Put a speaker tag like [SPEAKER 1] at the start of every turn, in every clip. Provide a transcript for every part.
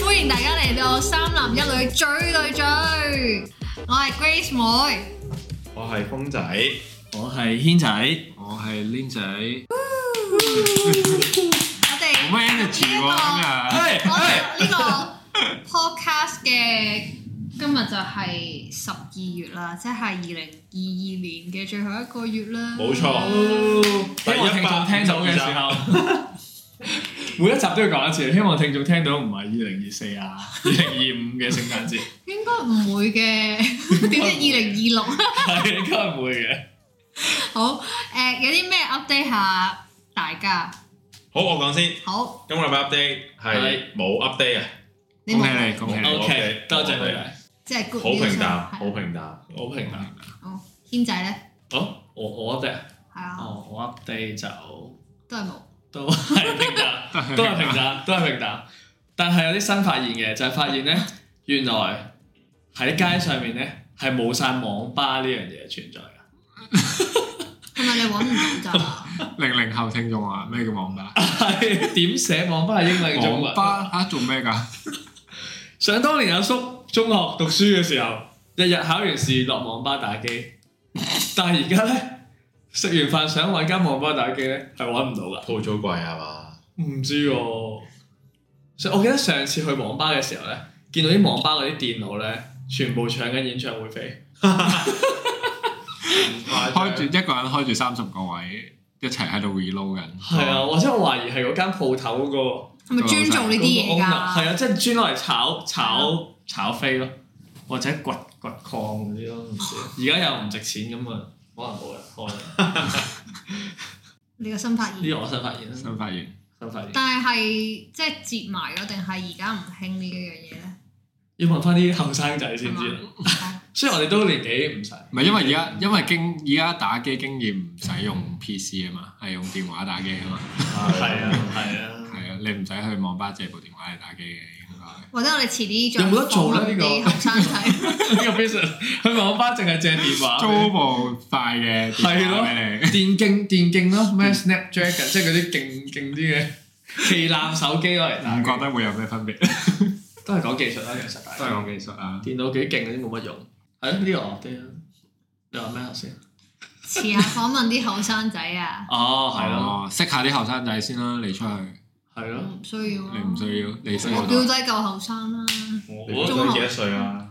[SPEAKER 1] 歡迎大家嚟到三男一女追對追，我係 Grace 妹。
[SPEAKER 2] 我係風仔，
[SPEAKER 3] 我係軒仔，
[SPEAKER 4] 我係 Lin 仔，冇
[SPEAKER 1] 我哋
[SPEAKER 4] 乜 energy
[SPEAKER 3] à?
[SPEAKER 4] 喎
[SPEAKER 2] 係
[SPEAKER 1] 我哋呢個 podcast 嘅今日就係十二月啦，即係二零二二年嘅最後一個月啦。
[SPEAKER 2] 冇錯
[SPEAKER 3] 希望聽眾聽到嘅時候，每一集都要講一次。希望聽眾聽到唔係二零二四 啊，二零二五嘅聖誕節，
[SPEAKER 1] 應該唔會 嘅，點解二零二六？
[SPEAKER 3] 係應該唔會嘅。
[SPEAKER 1] 好，誒、有啲咩 update 下大家？
[SPEAKER 2] 好，我講先。
[SPEAKER 1] 好，
[SPEAKER 2] 今個禮拜 update 係
[SPEAKER 3] 係
[SPEAKER 2] 冇 update 嘅，
[SPEAKER 1] 你
[SPEAKER 4] 恭
[SPEAKER 1] 冇
[SPEAKER 4] 喜你，恭喜你！
[SPEAKER 2] OK，
[SPEAKER 3] OK，多謝佢哋，
[SPEAKER 1] 即係 good
[SPEAKER 2] 好
[SPEAKER 1] news
[SPEAKER 2] 平淡，
[SPEAKER 1] 啦
[SPEAKER 2] 好平淡。
[SPEAKER 3] 好平啊。
[SPEAKER 1] 好，軒仔咧，
[SPEAKER 3] 哦，我我 update，
[SPEAKER 1] 係啊，
[SPEAKER 3] 哦，我 update 就。
[SPEAKER 1] 都係冇。
[SPEAKER 3] 都係平 淡，都係平淡，都係平淡。但係有啲新發現嘅，就係、發現咧，原來喺街上面咧係冇晒網吧呢樣嘢存在㗎。
[SPEAKER 1] 係咪你揾唔到 咋？
[SPEAKER 4] 零零後聽眾啊，咩叫網吧？
[SPEAKER 3] 係 點寫網吧係英文定中
[SPEAKER 4] 網
[SPEAKER 3] 文？
[SPEAKER 4] 吧啊，做咩㗎？
[SPEAKER 3] 想當年阿叔中學讀書嘅時候，日日考完試落網吧打機，但係而家咧食完飯想揾間網吧打機咧係揾唔到㗎。
[SPEAKER 2] 鋪租貴係嘛？
[SPEAKER 3] 唔知喎、上我記得上次去網吧嘅時候咧，見到啲網吧嗰啲電腦咧，全部搶緊演唱會飛，
[SPEAKER 4] 開住一個人開住三十個位，一齊喺度 reload 緊。
[SPEAKER 3] 係啊，或者我懷疑係嗰間鋪頭嗰個
[SPEAKER 1] 係咪專做呢啲嘢
[SPEAKER 3] 嗰個
[SPEAKER 1] 㗎？
[SPEAKER 3] owner，係啊，即係專攞嚟炒炒炒飛咯，或者掘掘礦嗰啲咯，唔知。而家又唔值錢咁啊，可能冇人開。
[SPEAKER 1] 你個新發
[SPEAKER 3] 呢
[SPEAKER 1] 現，
[SPEAKER 3] 個我新發現啦，
[SPEAKER 1] 嗯
[SPEAKER 4] 新發現，
[SPEAKER 3] 新發現。
[SPEAKER 1] 但係係即係接埋啊咗，定係而家唔興呢一樣嘢 咧？
[SPEAKER 3] 要問翻啲後生仔先知
[SPEAKER 1] 係
[SPEAKER 3] 啦。
[SPEAKER 1] 嘛好
[SPEAKER 3] 雖然我哋都年紀唔細，
[SPEAKER 4] 唔係因為而家因為經而家打機經驗唔使用 PC 啊嘛，係用電話打機啊嘛。
[SPEAKER 3] 係啊係啊。
[SPEAKER 4] 係啊，你唔使去網吧借部電話嚟打機嘅應該。
[SPEAKER 1] 或者我哋遲啲再
[SPEAKER 3] 有冇得做咧呢個
[SPEAKER 1] 訪問啲後生仔，
[SPEAKER 3] 呢個 business 去網吧淨係借電話。
[SPEAKER 4] 租部快嘅電話俾你。
[SPEAKER 3] 電競電競咯，咩 Snapdragon 即係嗰啲勁勁啲 嘅旗艦手機攞嚟打
[SPEAKER 4] 唔覺
[SPEAKER 3] 機，
[SPEAKER 4] 得會有咩分別？
[SPEAKER 3] 都係講技術啦，其實大
[SPEAKER 4] 都係
[SPEAKER 3] 家
[SPEAKER 4] 講技術啊。
[SPEAKER 3] 電腦幾勁嗰啲冇乜用。係啊咯，呢個我 update 啦。你話咩頭先？
[SPEAKER 1] 遲下訪問啲後生仔啊，
[SPEAKER 3] 哦，係咯，
[SPEAKER 4] 哦，識下啲後生仔先啦，你出去，
[SPEAKER 3] 係咯。
[SPEAKER 1] 唔需要啊
[SPEAKER 4] 你唔需要，你識
[SPEAKER 1] 我
[SPEAKER 4] 好
[SPEAKER 1] 表
[SPEAKER 4] 多。
[SPEAKER 1] 弟夠後生啦，
[SPEAKER 2] 你
[SPEAKER 3] 我
[SPEAKER 2] 嗰陣幾多歲啊？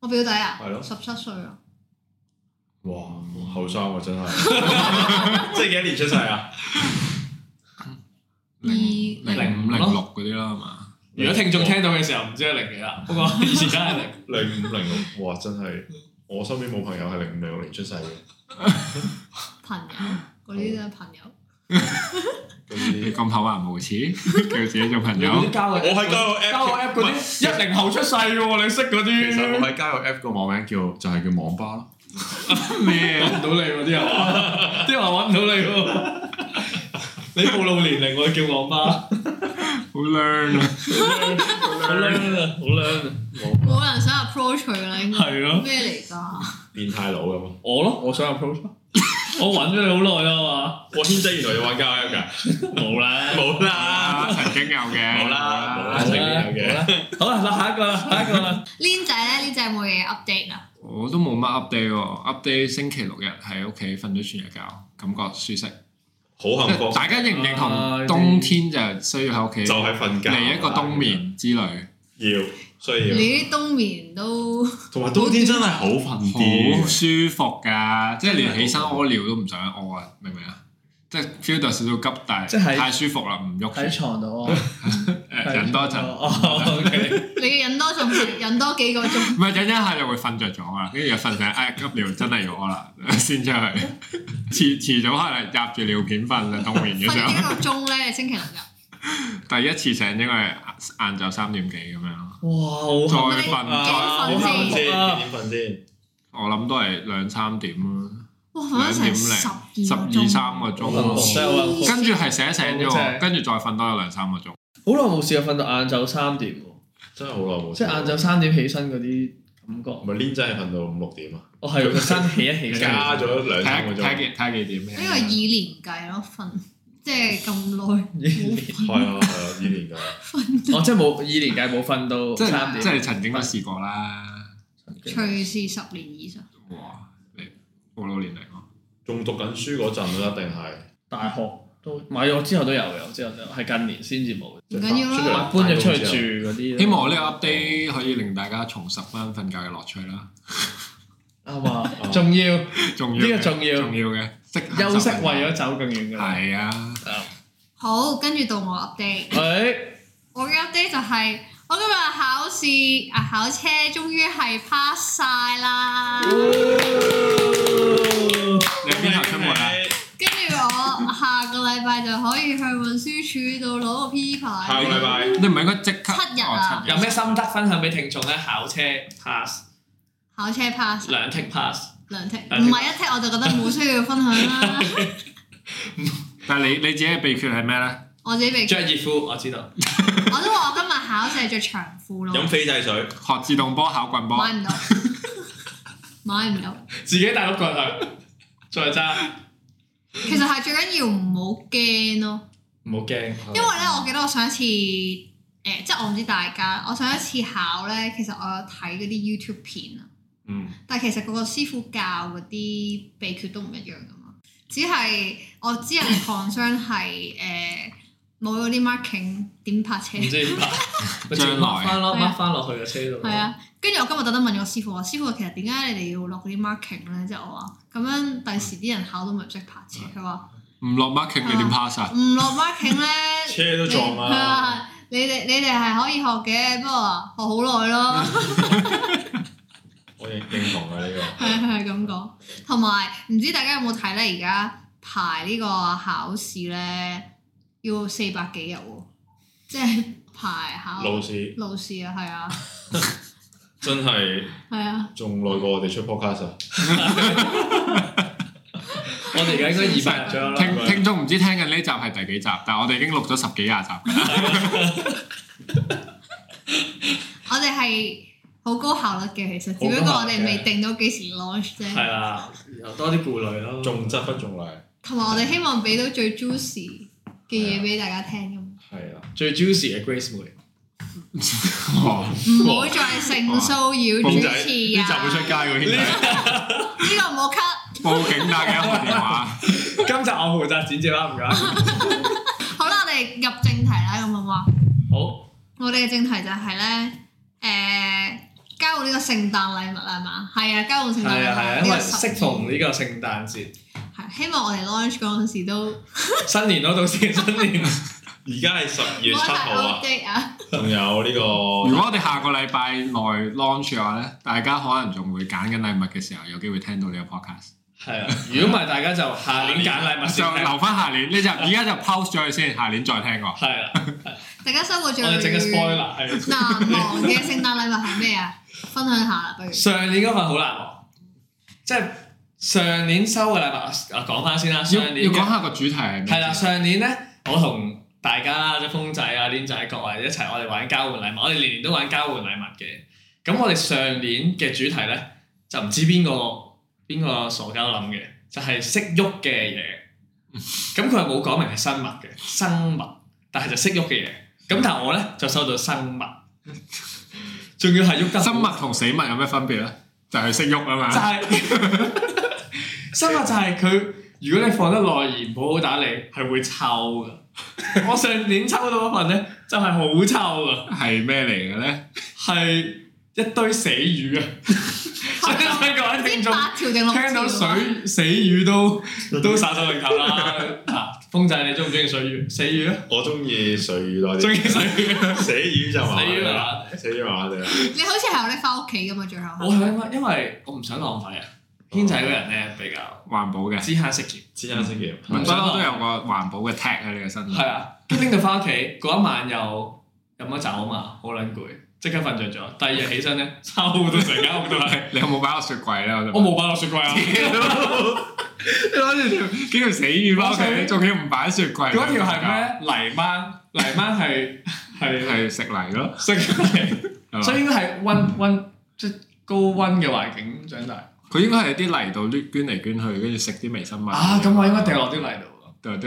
[SPEAKER 1] 我表弟啊
[SPEAKER 2] 係，咯
[SPEAKER 1] 十七歲啊，
[SPEAKER 2] 哇，後生喎 真係，即係幾多年出世啊？
[SPEAKER 1] 二
[SPEAKER 4] 零零
[SPEAKER 3] 零
[SPEAKER 4] 五零六嗰啲啦，係嘛？
[SPEAKER 3] 如果聽眾聽到嘅時候唔知係零幾啦， 不過而家係零。
[SPEAKER 2] 零五零六，哇真係，我身邊冇朋友係零五零六年出世嘅，
[SPEAKER 1] 朋友嗰啲都係朋友，
[SPEAKER 2] 嗰
[SPEAKER 4] 你
[SPEAKER 2] 啲
[SPEAKER 4] 咁厚顏無恥， 叫自己做朋
[SPEAKER 3] 你
[SPEAKER 4] 友
[SPEAKER 3] 嗰啲，交友，
[SPEAKER 2] 我喺交友 app
[SPEAKER 3] 交友 app 嗰啲一零後出世嘅喎，你識嗰
[SPEAKER 2] 其實我
[SPEAKER 3] 啲？
[SPEAKER 2] 喺交友 app 個網名叫就係叫網吧咯。
[SPEAKER 4] 咩
[SPEAKER 3] 揾唔到你喎啲人 話，啲人話揾唔到你喎。 你暴露年齡，我叫網吧。
[SPEAKER 4] 好 learn 啊！
[SPEAKER 3] 好靚啊！好靚啊！
[SPEAKER 1] 冇人想 approach 佢啦，應該
[SPEAKER 3] 係咯，
[SPEAKER 1] 咩嚟㗎？
[SPEAKER 2] 變態佬咁啊！
[SPEAKER 3] 我咯，我想 approach 咯 我揾咗你好耐啦嘛，
[SPEAKER 2] 我軒仔原來有玩交友 app 㗎，
[SPEAKER 3] 冇啦
[SPEAKER 2] 冇啦，
[SPEAKER 4] 啊曾經有嘅，
[SPEAKER 2] 冇啦冇啦
[SPEAKER 3] 冇啦，冇啦，好啦，嗱下一個啦，下一個啦，
[SPEAKER 1] 僆仔咧，僆仔冇嘢 update 啊，
[SPEAKER 4] 我都冇乜 update 喎，update 星期六日喺屋企瞓咗全日覺，感覺舒適。
[SPEAKER 2] 好幸福，
[SPEAKER 4] 大家認唔認同
[SPEAKER 3] 啊
[SPEAKER 4] 冬天就需要喺屋企
[SPEAKER 2] 就係瞓覺。
[SPEAKER 4] 嚟一個冬眠之旅？
[SPEAKER 2] 要需
[SPEAKER 3] 啊
[SPEAKER 1] 你
[SPEAKER 2] 要，
[SPEAKER 1] 啲冬眠都〜
[SPEAKER 2] 同埋冬天真係好瞓
[SPEAKER 4] 好
[SPEAKER 2] 啲，
[SPEAKER 4] 舒服㗎，即係連起身屙尿都唔想屙啊！明唔明啊？即係 feel 到少少急，但
[SPEAKER 3] 即係
[SPEAKER 4] 係太舒服啦，唔喐住。
[SPEAKER 3] 床度，啊
[SPEAKER 4] 誒 忍多陣，
[SPEAKER 3] O K，
[SPEAKER 1] 你忍多仲忍多幾個鐘，
[SPEAKER 4] 唔係忍一下就會瞓着咗啊！跟住又瞓醒，哎急尿真係要屙啦， 先出去。遲遲早可能夾住尿片瞓啦，冬眠嘅時
[SPEAKER 1] 瞓
[SPEAKER 4] 候
[SPEAKER 1] 幾。個鐘咧？星期六日，
[SPEAKER 4] 第一次醒應該係晏晝三點幾咁樣咯，再
[SPEAKER 3] 哇，
[SPEAKER 4] 瞓
[SPEAKER 1] 你
[SPEAKER 4] 再
[SPEAKER 2] 好
[SPEAKER 1] 幾點瞓
[SPEAKER 2] 瞓
[SPEAKER 1] 先
[SPEAKER 2] 先，幾
[SPEAKER 3] 啊
[SPEAKER 2] 點瞓先？
[SPEAKER 4] 我諗都係兩三點啦，
[SPEAKER 1] 哇，瞓
[SPEAKER 4] 兩
[SPEAKER 1] 咗
[SPEAKER 4] 點
[SPEAKER 1] 成
[SPEAKER 4] 零十
[SPEAKER 1] 十二
[SPEAKER 4] 二三啊個
[SPEAKER 3] 好恐怖
[SPEAKER 4] 鐘，
[SPEAKER 3] 真係好恐啊怖
[SPEAKER 4] 跟住係醒醒
[SPEAKER 3] 好正
[SPEAKER 4] 咗，跟住再瞓多咗兩三個鐘。
[SPEAKER 3] 好耐冇試過瞓到晏晝三點喎，
[SPEAKER 2] 真係好耐冇試過，
[SPEAKER 3] 即係晏晝三點起身嗰啲感覺，
[SPEAKER 2] 唔係僆仔係瞓到五六點啊，
[SPEAKER 3] 我係個身起一起身，
[SPEAKER 2] 加咗兩三
[SPEAKER 4] 睇下
[SPEAKER 2] 個
[SPEAKER 4] 睇下
[SPEAKER 2] 鐘。
[SPEAKER 4] 幾睇下幾點咩？
[SPEAKER 1] 呢個以年計咯，瞓即係咁耐冇
[SPEAKER 2] 係啊係啊，依年㗎，
[SPEAKER 3] 我哦即係冇二年計冇瞓到
[SPEAKER 4] 即
[SPEAKER 3] 三
[SPEAKER 4] 係
[SPEAKER 3] 點，
[SPEAKER 4] 即係曾經都試過啦。
[SPEAKER 1] 隨時十年以上，
[SPEAKER 4] 哇！你好老年嚟講，
[SPEAKER 2] 仲讀緊書嗰陣啊啦，一定係
[SPEAKER 3] 大學都唔係我之後都有嘅，我之後都有係近年先至冇，
[SPEAKER 1] 唔緊要
[SPEAKER 2] 出
[SPEAKER 1] 啦
[SPEAKER 2] 嚟。
[SPEAKER 3] 搬咗出去住嗰啲。
[SPEAKER 4] 希望我呢個 update 可以令大家重拾翻瞓覺嘅樂趣 啦。
[SPEAKER 3] 啊嘛，仲要
[SPEAKER 4] 重要
[SPEAKER 3] 呢
[SPEAKER 4] 嘅
[SPEAKER 3] 個重要
[SPEAKER 4] 重要嘅，識
[SPEAKER 3] 休息為咗走更遠嘅。
[SPEAKER 4] 係啊，
[SPEAKER 3] 啊
[SPEAKER 1] 好，跟住到我 update，
[SPEAKER 3] 誒，
[SPEAKER 1] 我嘅 update 就係、我今日考試啊考車，終於係 pass 晒啦。
[SPEAKER 4] 你喺邊頭生活啊？
[SPEAKER 1] 跟住我下個禮拜就可以去運輸署度攞個 P
[SPEAKER 2] 下
[SPEAKER 1] 牌
[SPEAKER 2] 個。禮拜
[SPEAKER 4] 你唔係應該即刻
[SPEAKER 1] 七日啊
[SPEAKER 4] 哦
[SPEAKER 3] 有咩心得分享俾聽眾咧？考車 pass
[SPEAKER 1] 考車 pass
[SPEAKER 3] 兩 tick pass，
[SPEAKER 1] 兩剔，
[SPEAKER 3] 兩剔
[SPEAKER 1] 唔係一剔我就覺得冇需要分享啦。
[SPEAKER 4] 但係你你自己嘅秘訣係咩咧？
[SPEAKER 1] 我自己被，
[SPEAKER 3] 着熱褲我知道，
[SPEAKER 1] 我都話我今日考試係着長褲
[SPEAKER 2] 飲
[SPEAKER 1] 咯，
[SPEAKER 2] 飛濟水，
[SPEAKER 4] 學自動波考棍波
[SPEAKER 1] 買，唔到，買唔到。
[SPEAKER 3] 自己帶碌棍去，再揸，
[SPEAKER 1] 其實係最緊要唔好驚咯，
[SPEAKER 3] 唔好驚。
[SPEAKER 1] 因為咧，我記得我上一次誒、即係我唔知大家，我上一次考咧，其實我有睇嗰啲 YouTube 片啊。
[SPEAKER 2] 嗯，
[SPEAKER 1] 但係其實個個師傅教嗰啲秘訣都唔一樣噶嘛，只係我知人 concern 係誒冇咗啲 marking 點拍車
[SPEAKER 3] 唔，知，咪
[SPEAKER 4] 將來
[SPEAKER 3] 抹翻咯，抹翻落去個車度。
[SPEAKER 1] 啊係，啊。跟住我今日特登問個師傅話：師傅其實點解你哋要落嗰啲 marking 咧？即係我話咁樣第時啲人考到咪唔識拍車。
[SPEAKER 2] 嗯
[SPEAKER 1] 佢話
[SPEAKER 4] 唔落 marking 你點 pass 啊？
[SPEAKER 1] 唔落 marking 咧，
[SPEAKER 2] 車都撞
[SPEAKER 1] 你佢
[SPEAKER 2] 啦。
[SPEAKER 1] 話你哋你哋係可以學嘅，不過話學好耐 咯。
[SPEAKER 2] 我認認同啊嘅呢個。
[SPEAKER 1] 係係咁講，同埋唔知大家有冇睇咧？而家排呢個考試咧，要四百幾日喎，即係排考
[SPEAKER 2] 老師
[SPEAKER 1] 路試啊，係啊，
[SPEAKER 2] 真係
[SPEAKER 1] 係啊，
[SPEAKER 2] 仲耐過我哋出 podcast 啊！
[SPEAKER 3] 我哋而家應該二百人左右啦。
[SPEAKER 4] 聽聽眾唔知聽緊呢集係第幾集，但係我哋已經錄咗十幾廿集 㗎啦。
[SPEAKER 1] 我哋係好高效率嘅，其實只
[SPEAKER 3] 好高效率嘅
[SPEAKER 1] 不過我哋未定到幾時 launch 啫，
[SPEAKER 3] 係啊，有多啲顧慮咯。
[SPEAKER 2] 重質不重量，
[SPEAKER 1] 同埋我哋希望俾到最 juicy 嘅嘢俾大家聽咁，
[SPEAKER 2] 係啊，
[SPEAKER 3] 最 juicy 嘅 Grace 妹，哦
[SPEAKER 4] 哇
[SPEAKER 1] 唔好再性騷 擾
[SPEAKER 4] 公
[SPEAKER 1] 主
[SPEAKER 4] 仔
[SPEAKER 1] 持
[SPEAKER 4] 呢集會出
[SPEAKER 1] 啊！
[SPEAKER 4] 街喎，兄弟，
[SPEAKER 1] 呢個唔好 cut，
[SPEAKER 4] 報警打嘅一個 電話。
[SPEAKER 3] 今集我負責剪接啦，唔該。
[SPEAKER 1] 好啦，我哋入正題啦，咁好唔好啊？
[SPEAKER 3] 好，
[SPEAKER 1] 我哋嘅正題就係咧，誒交換呢個聖誕禮物啦係嘛？係啊，交換聖誕
[SPEAKER 3] 係
[SPEAKER 1] 禮
[SPEAKER 3] 啊係
[SPEAKER 1] 物
[SPEAKER 3] 啊，
[SPEAKER 1] 呢
[SPEAKER 3] 因為
[SPEAKER 1] 個十
[SPEAKER 3] 適逢呢個聖誕節，
[SPEAKER 1] 係希望我哋 launch 嗰陣時都
[SPEAKER 3] 新年咯，到時新年。
[SPEAKER 2] 而家係十二月七號
[SPEAKER 1] 冇
[SPEAKER 2] 啊，
[SPEAKER 1] 得 update 啊！
[SPEAKER 2] 仲有呢
[SPEAKER 4] 如
[SPEAKER 2] 個
[SPEAKER 4] 果我哋下個禮拜內 launch 嘅話咧，大家可能仲會揀緊禮物嘅時候，有機會聽到呢個 podcast。
[SPEAKER 3] 係啊，如果唔係大家就下年揀禮物先
[SPEAKER 4] 就
[SPEAKER 3] 聽。
[SPEAKER 4] 留翻下年，呢集而家就 post 咗佢先，下年再聽過。
[SPEAKER 3] 係啦，
[SPEAKER 1] 大家收過最
[SPEAKER 3] 我哋整個 spoiler 係
[SPEAKER 1] 難忘嘅聖誕禮物係咩啊？分享下啦，不如
[SPEAKER 3] 上年嗰份好難忘，即係上年收嘅禮物啊，講翻先啦。上
[SPEAKER 4] 要
[SPEAKER 3] 年
[SPEAKER 4] 要
[SPEAKER 3] 嘅
[SPEAKER 4] 講下個主題係咩？
[SPEAKER 3] 係啦，上年咧，我同大家啦，即係風仔啊、僆仔各位一齊，我哋玩交換禮物，我哋年年都玩交換禮物嘅。咁我哋上年嘅主題咧，就唔知邊個邊個傻鳩諗嘅，就係識喐嘅嘢。咁佢又冇講明係生物嘅，生物，但係就識喐嘅嘢。咁但係我咧就收到生物， 仲要係喐得好
[SPEAKER 4] 生物同死物有咩分別咧？就係識喐 啊
[SPEAKER 3] 就
[SPEAKER 4] 嘛。
[SPEAKER 3] 係、 生物就係佢，如果你放得耐而唔好好打理，係會 臭噶。我上年抽到嗰份咧，就係好臭噶，
[SPEAKER 4] 係咩嚟嘅咧？
[SPEAKER 3] 係一堆死魚 啊！所以各位聽
[SPEAKER 1] 啲
[SPEAKER 3] 眾
[SPEAKER 1] 八條定六條啊？
[SPEAKER 3] 聽到 水死魚都都耍手擰頭啦。嗱，風仔你中唔中意水魚？死魚 啊，
[SPEAKER 2] 我中意水魚多
[SPEAKER 3] 中
[SPEAKER 2] 啲
[SPEAKER 3] 意，水魚，
[SPEAKER 2] 死魚就麻麻
[SPEAKER 3] 死魚
[SPEAKER 2] 地啦，
[SPEAKER 3] 啊！
[SPEAKER 2] 死魚麻麻地啦，
[SPEAKER 1] 你好似係有你翻屋企噶嘛？最後
[SPEAKER 3] 我係因為因為我唔想浪費啊，軒仔個人咧比較
[SPEAKER 4] 環保嘅，
[SPEAKER 3] 知慳識儉。
[SPEAKER 2] 千真識劍，
[SPEAKER 4] 唔不嬲都有個環保嘅 tag 喺你嘅身度。
[SPEAKER 3] 係啊，跟住拎到翻屋企嗰一晚又飲咗酒啊嘛，好撚攰，即刻瞓着咗。第二日起身咧，臭到成間屋都 係。
[SPEAKER 4] 你有冇擺落雪櫃咧？我就
[SPEAKER 3] 我冇擺落雪櫃啊，
[SPEAKER 4] 你攞住條幾條死魚翻屋企，仲要唔擺喺雪 櫃？
[SPEAKER 3] 嗰條係咩？泥鯭，泥鯭係係
[SPEAKER 4] 係食泥咯，
[SPEAKER 3] 識嚟，
[SPEAKER 4] 係嘛
[SPEAKER 3] 所以應該係温温即係高温嘅環境長大。
[SPEAKER 4] 佢應該係啲泥度攣捐嚟捐去，跟住食啲微生物。
[SPEAKER 3] 啊啊，咁我應該掉落啲泥度喎。
[SPEAKER 4] 都都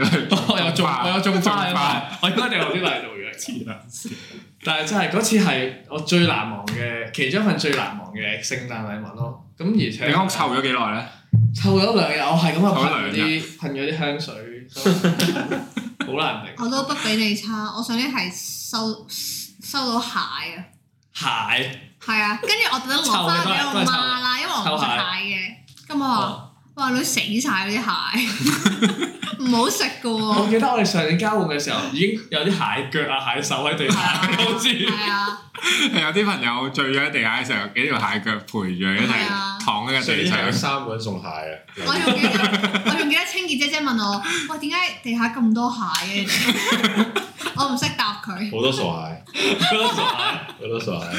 [SPEAKER 4] 係
[SPEAKER 3] 我有種，我有種
[SPEAKER 4] 種
[SPEAKER 3] 花
[SPEAKER 4] 花，
[SPEAKER 3] 啊！我應該掉落啲泥度嘅。
[SPEAKER 4] 黐撚線
[SPEAKER 3] 但係真係嗰次係我最難忘嘅，其中一份最難忘嘅聖誕禮物咯。咁而且
[SPEAKER 4] 你屋臭咗幾耐咧？
[SPEAKER 3] 臭咗兩日，我係咁啊噴
[SPEAKER 4] 湊咗
[SPEAKER 3] 嗰
[SPEAKER 4] 兩
[SPEAKER 3] 啲噴嗰啲香 水，好難頂。
[SPEAKER 1] 我都不比你差，我上年係收收到蟹啊，
[SPEAKER 3] 鞋
[SPEAKER 1] 係啊，跟住我特登攞翻俾我媽啦，因為我唔食蟹嘅，咁我話：
[SPEAKER 3] 哦
[SPEAKER 1] 哇，女死晒嗰啲蟹， 唔好食嘅
[SPEAKER 3] 我
[SPEAKER 1] 喎。
[SPEAKER 3] 記得我哋上年交換嘅時候已經有啲蟹腳啊、蟹手喺地
[SPEAKER 1] 係
[SPEAKER 3] 下
[SPEAKER 1] 啊，
[SPEAKER 3] 好似
[SPEAKER 1] 係啊，
[SPEAKER 4] 有啲朋友醉咗喺地下嘅時候，幾條蟹腳陪住一
[SPEAKER 1] 係啊
[SPEAKER 4] 齊躺喺個
[SPEAKER 2] 上
[SPEAKER 4] 地
[SPEAKER 2] 年係有
[SPEAKER 4] 上。
[SPEAKER 2] 三個人送蟹啊，
[SPEAKER 1] 我仲記得，我仲記得清潔姐姐問我：喂，點解地下咁多蟹嘅？ 我唔識答佢。
[SPEAKER 2] 好多傻蟹，
[SPEAKER 3] 嗰
[SPEAKER 2] 好多傻蟹。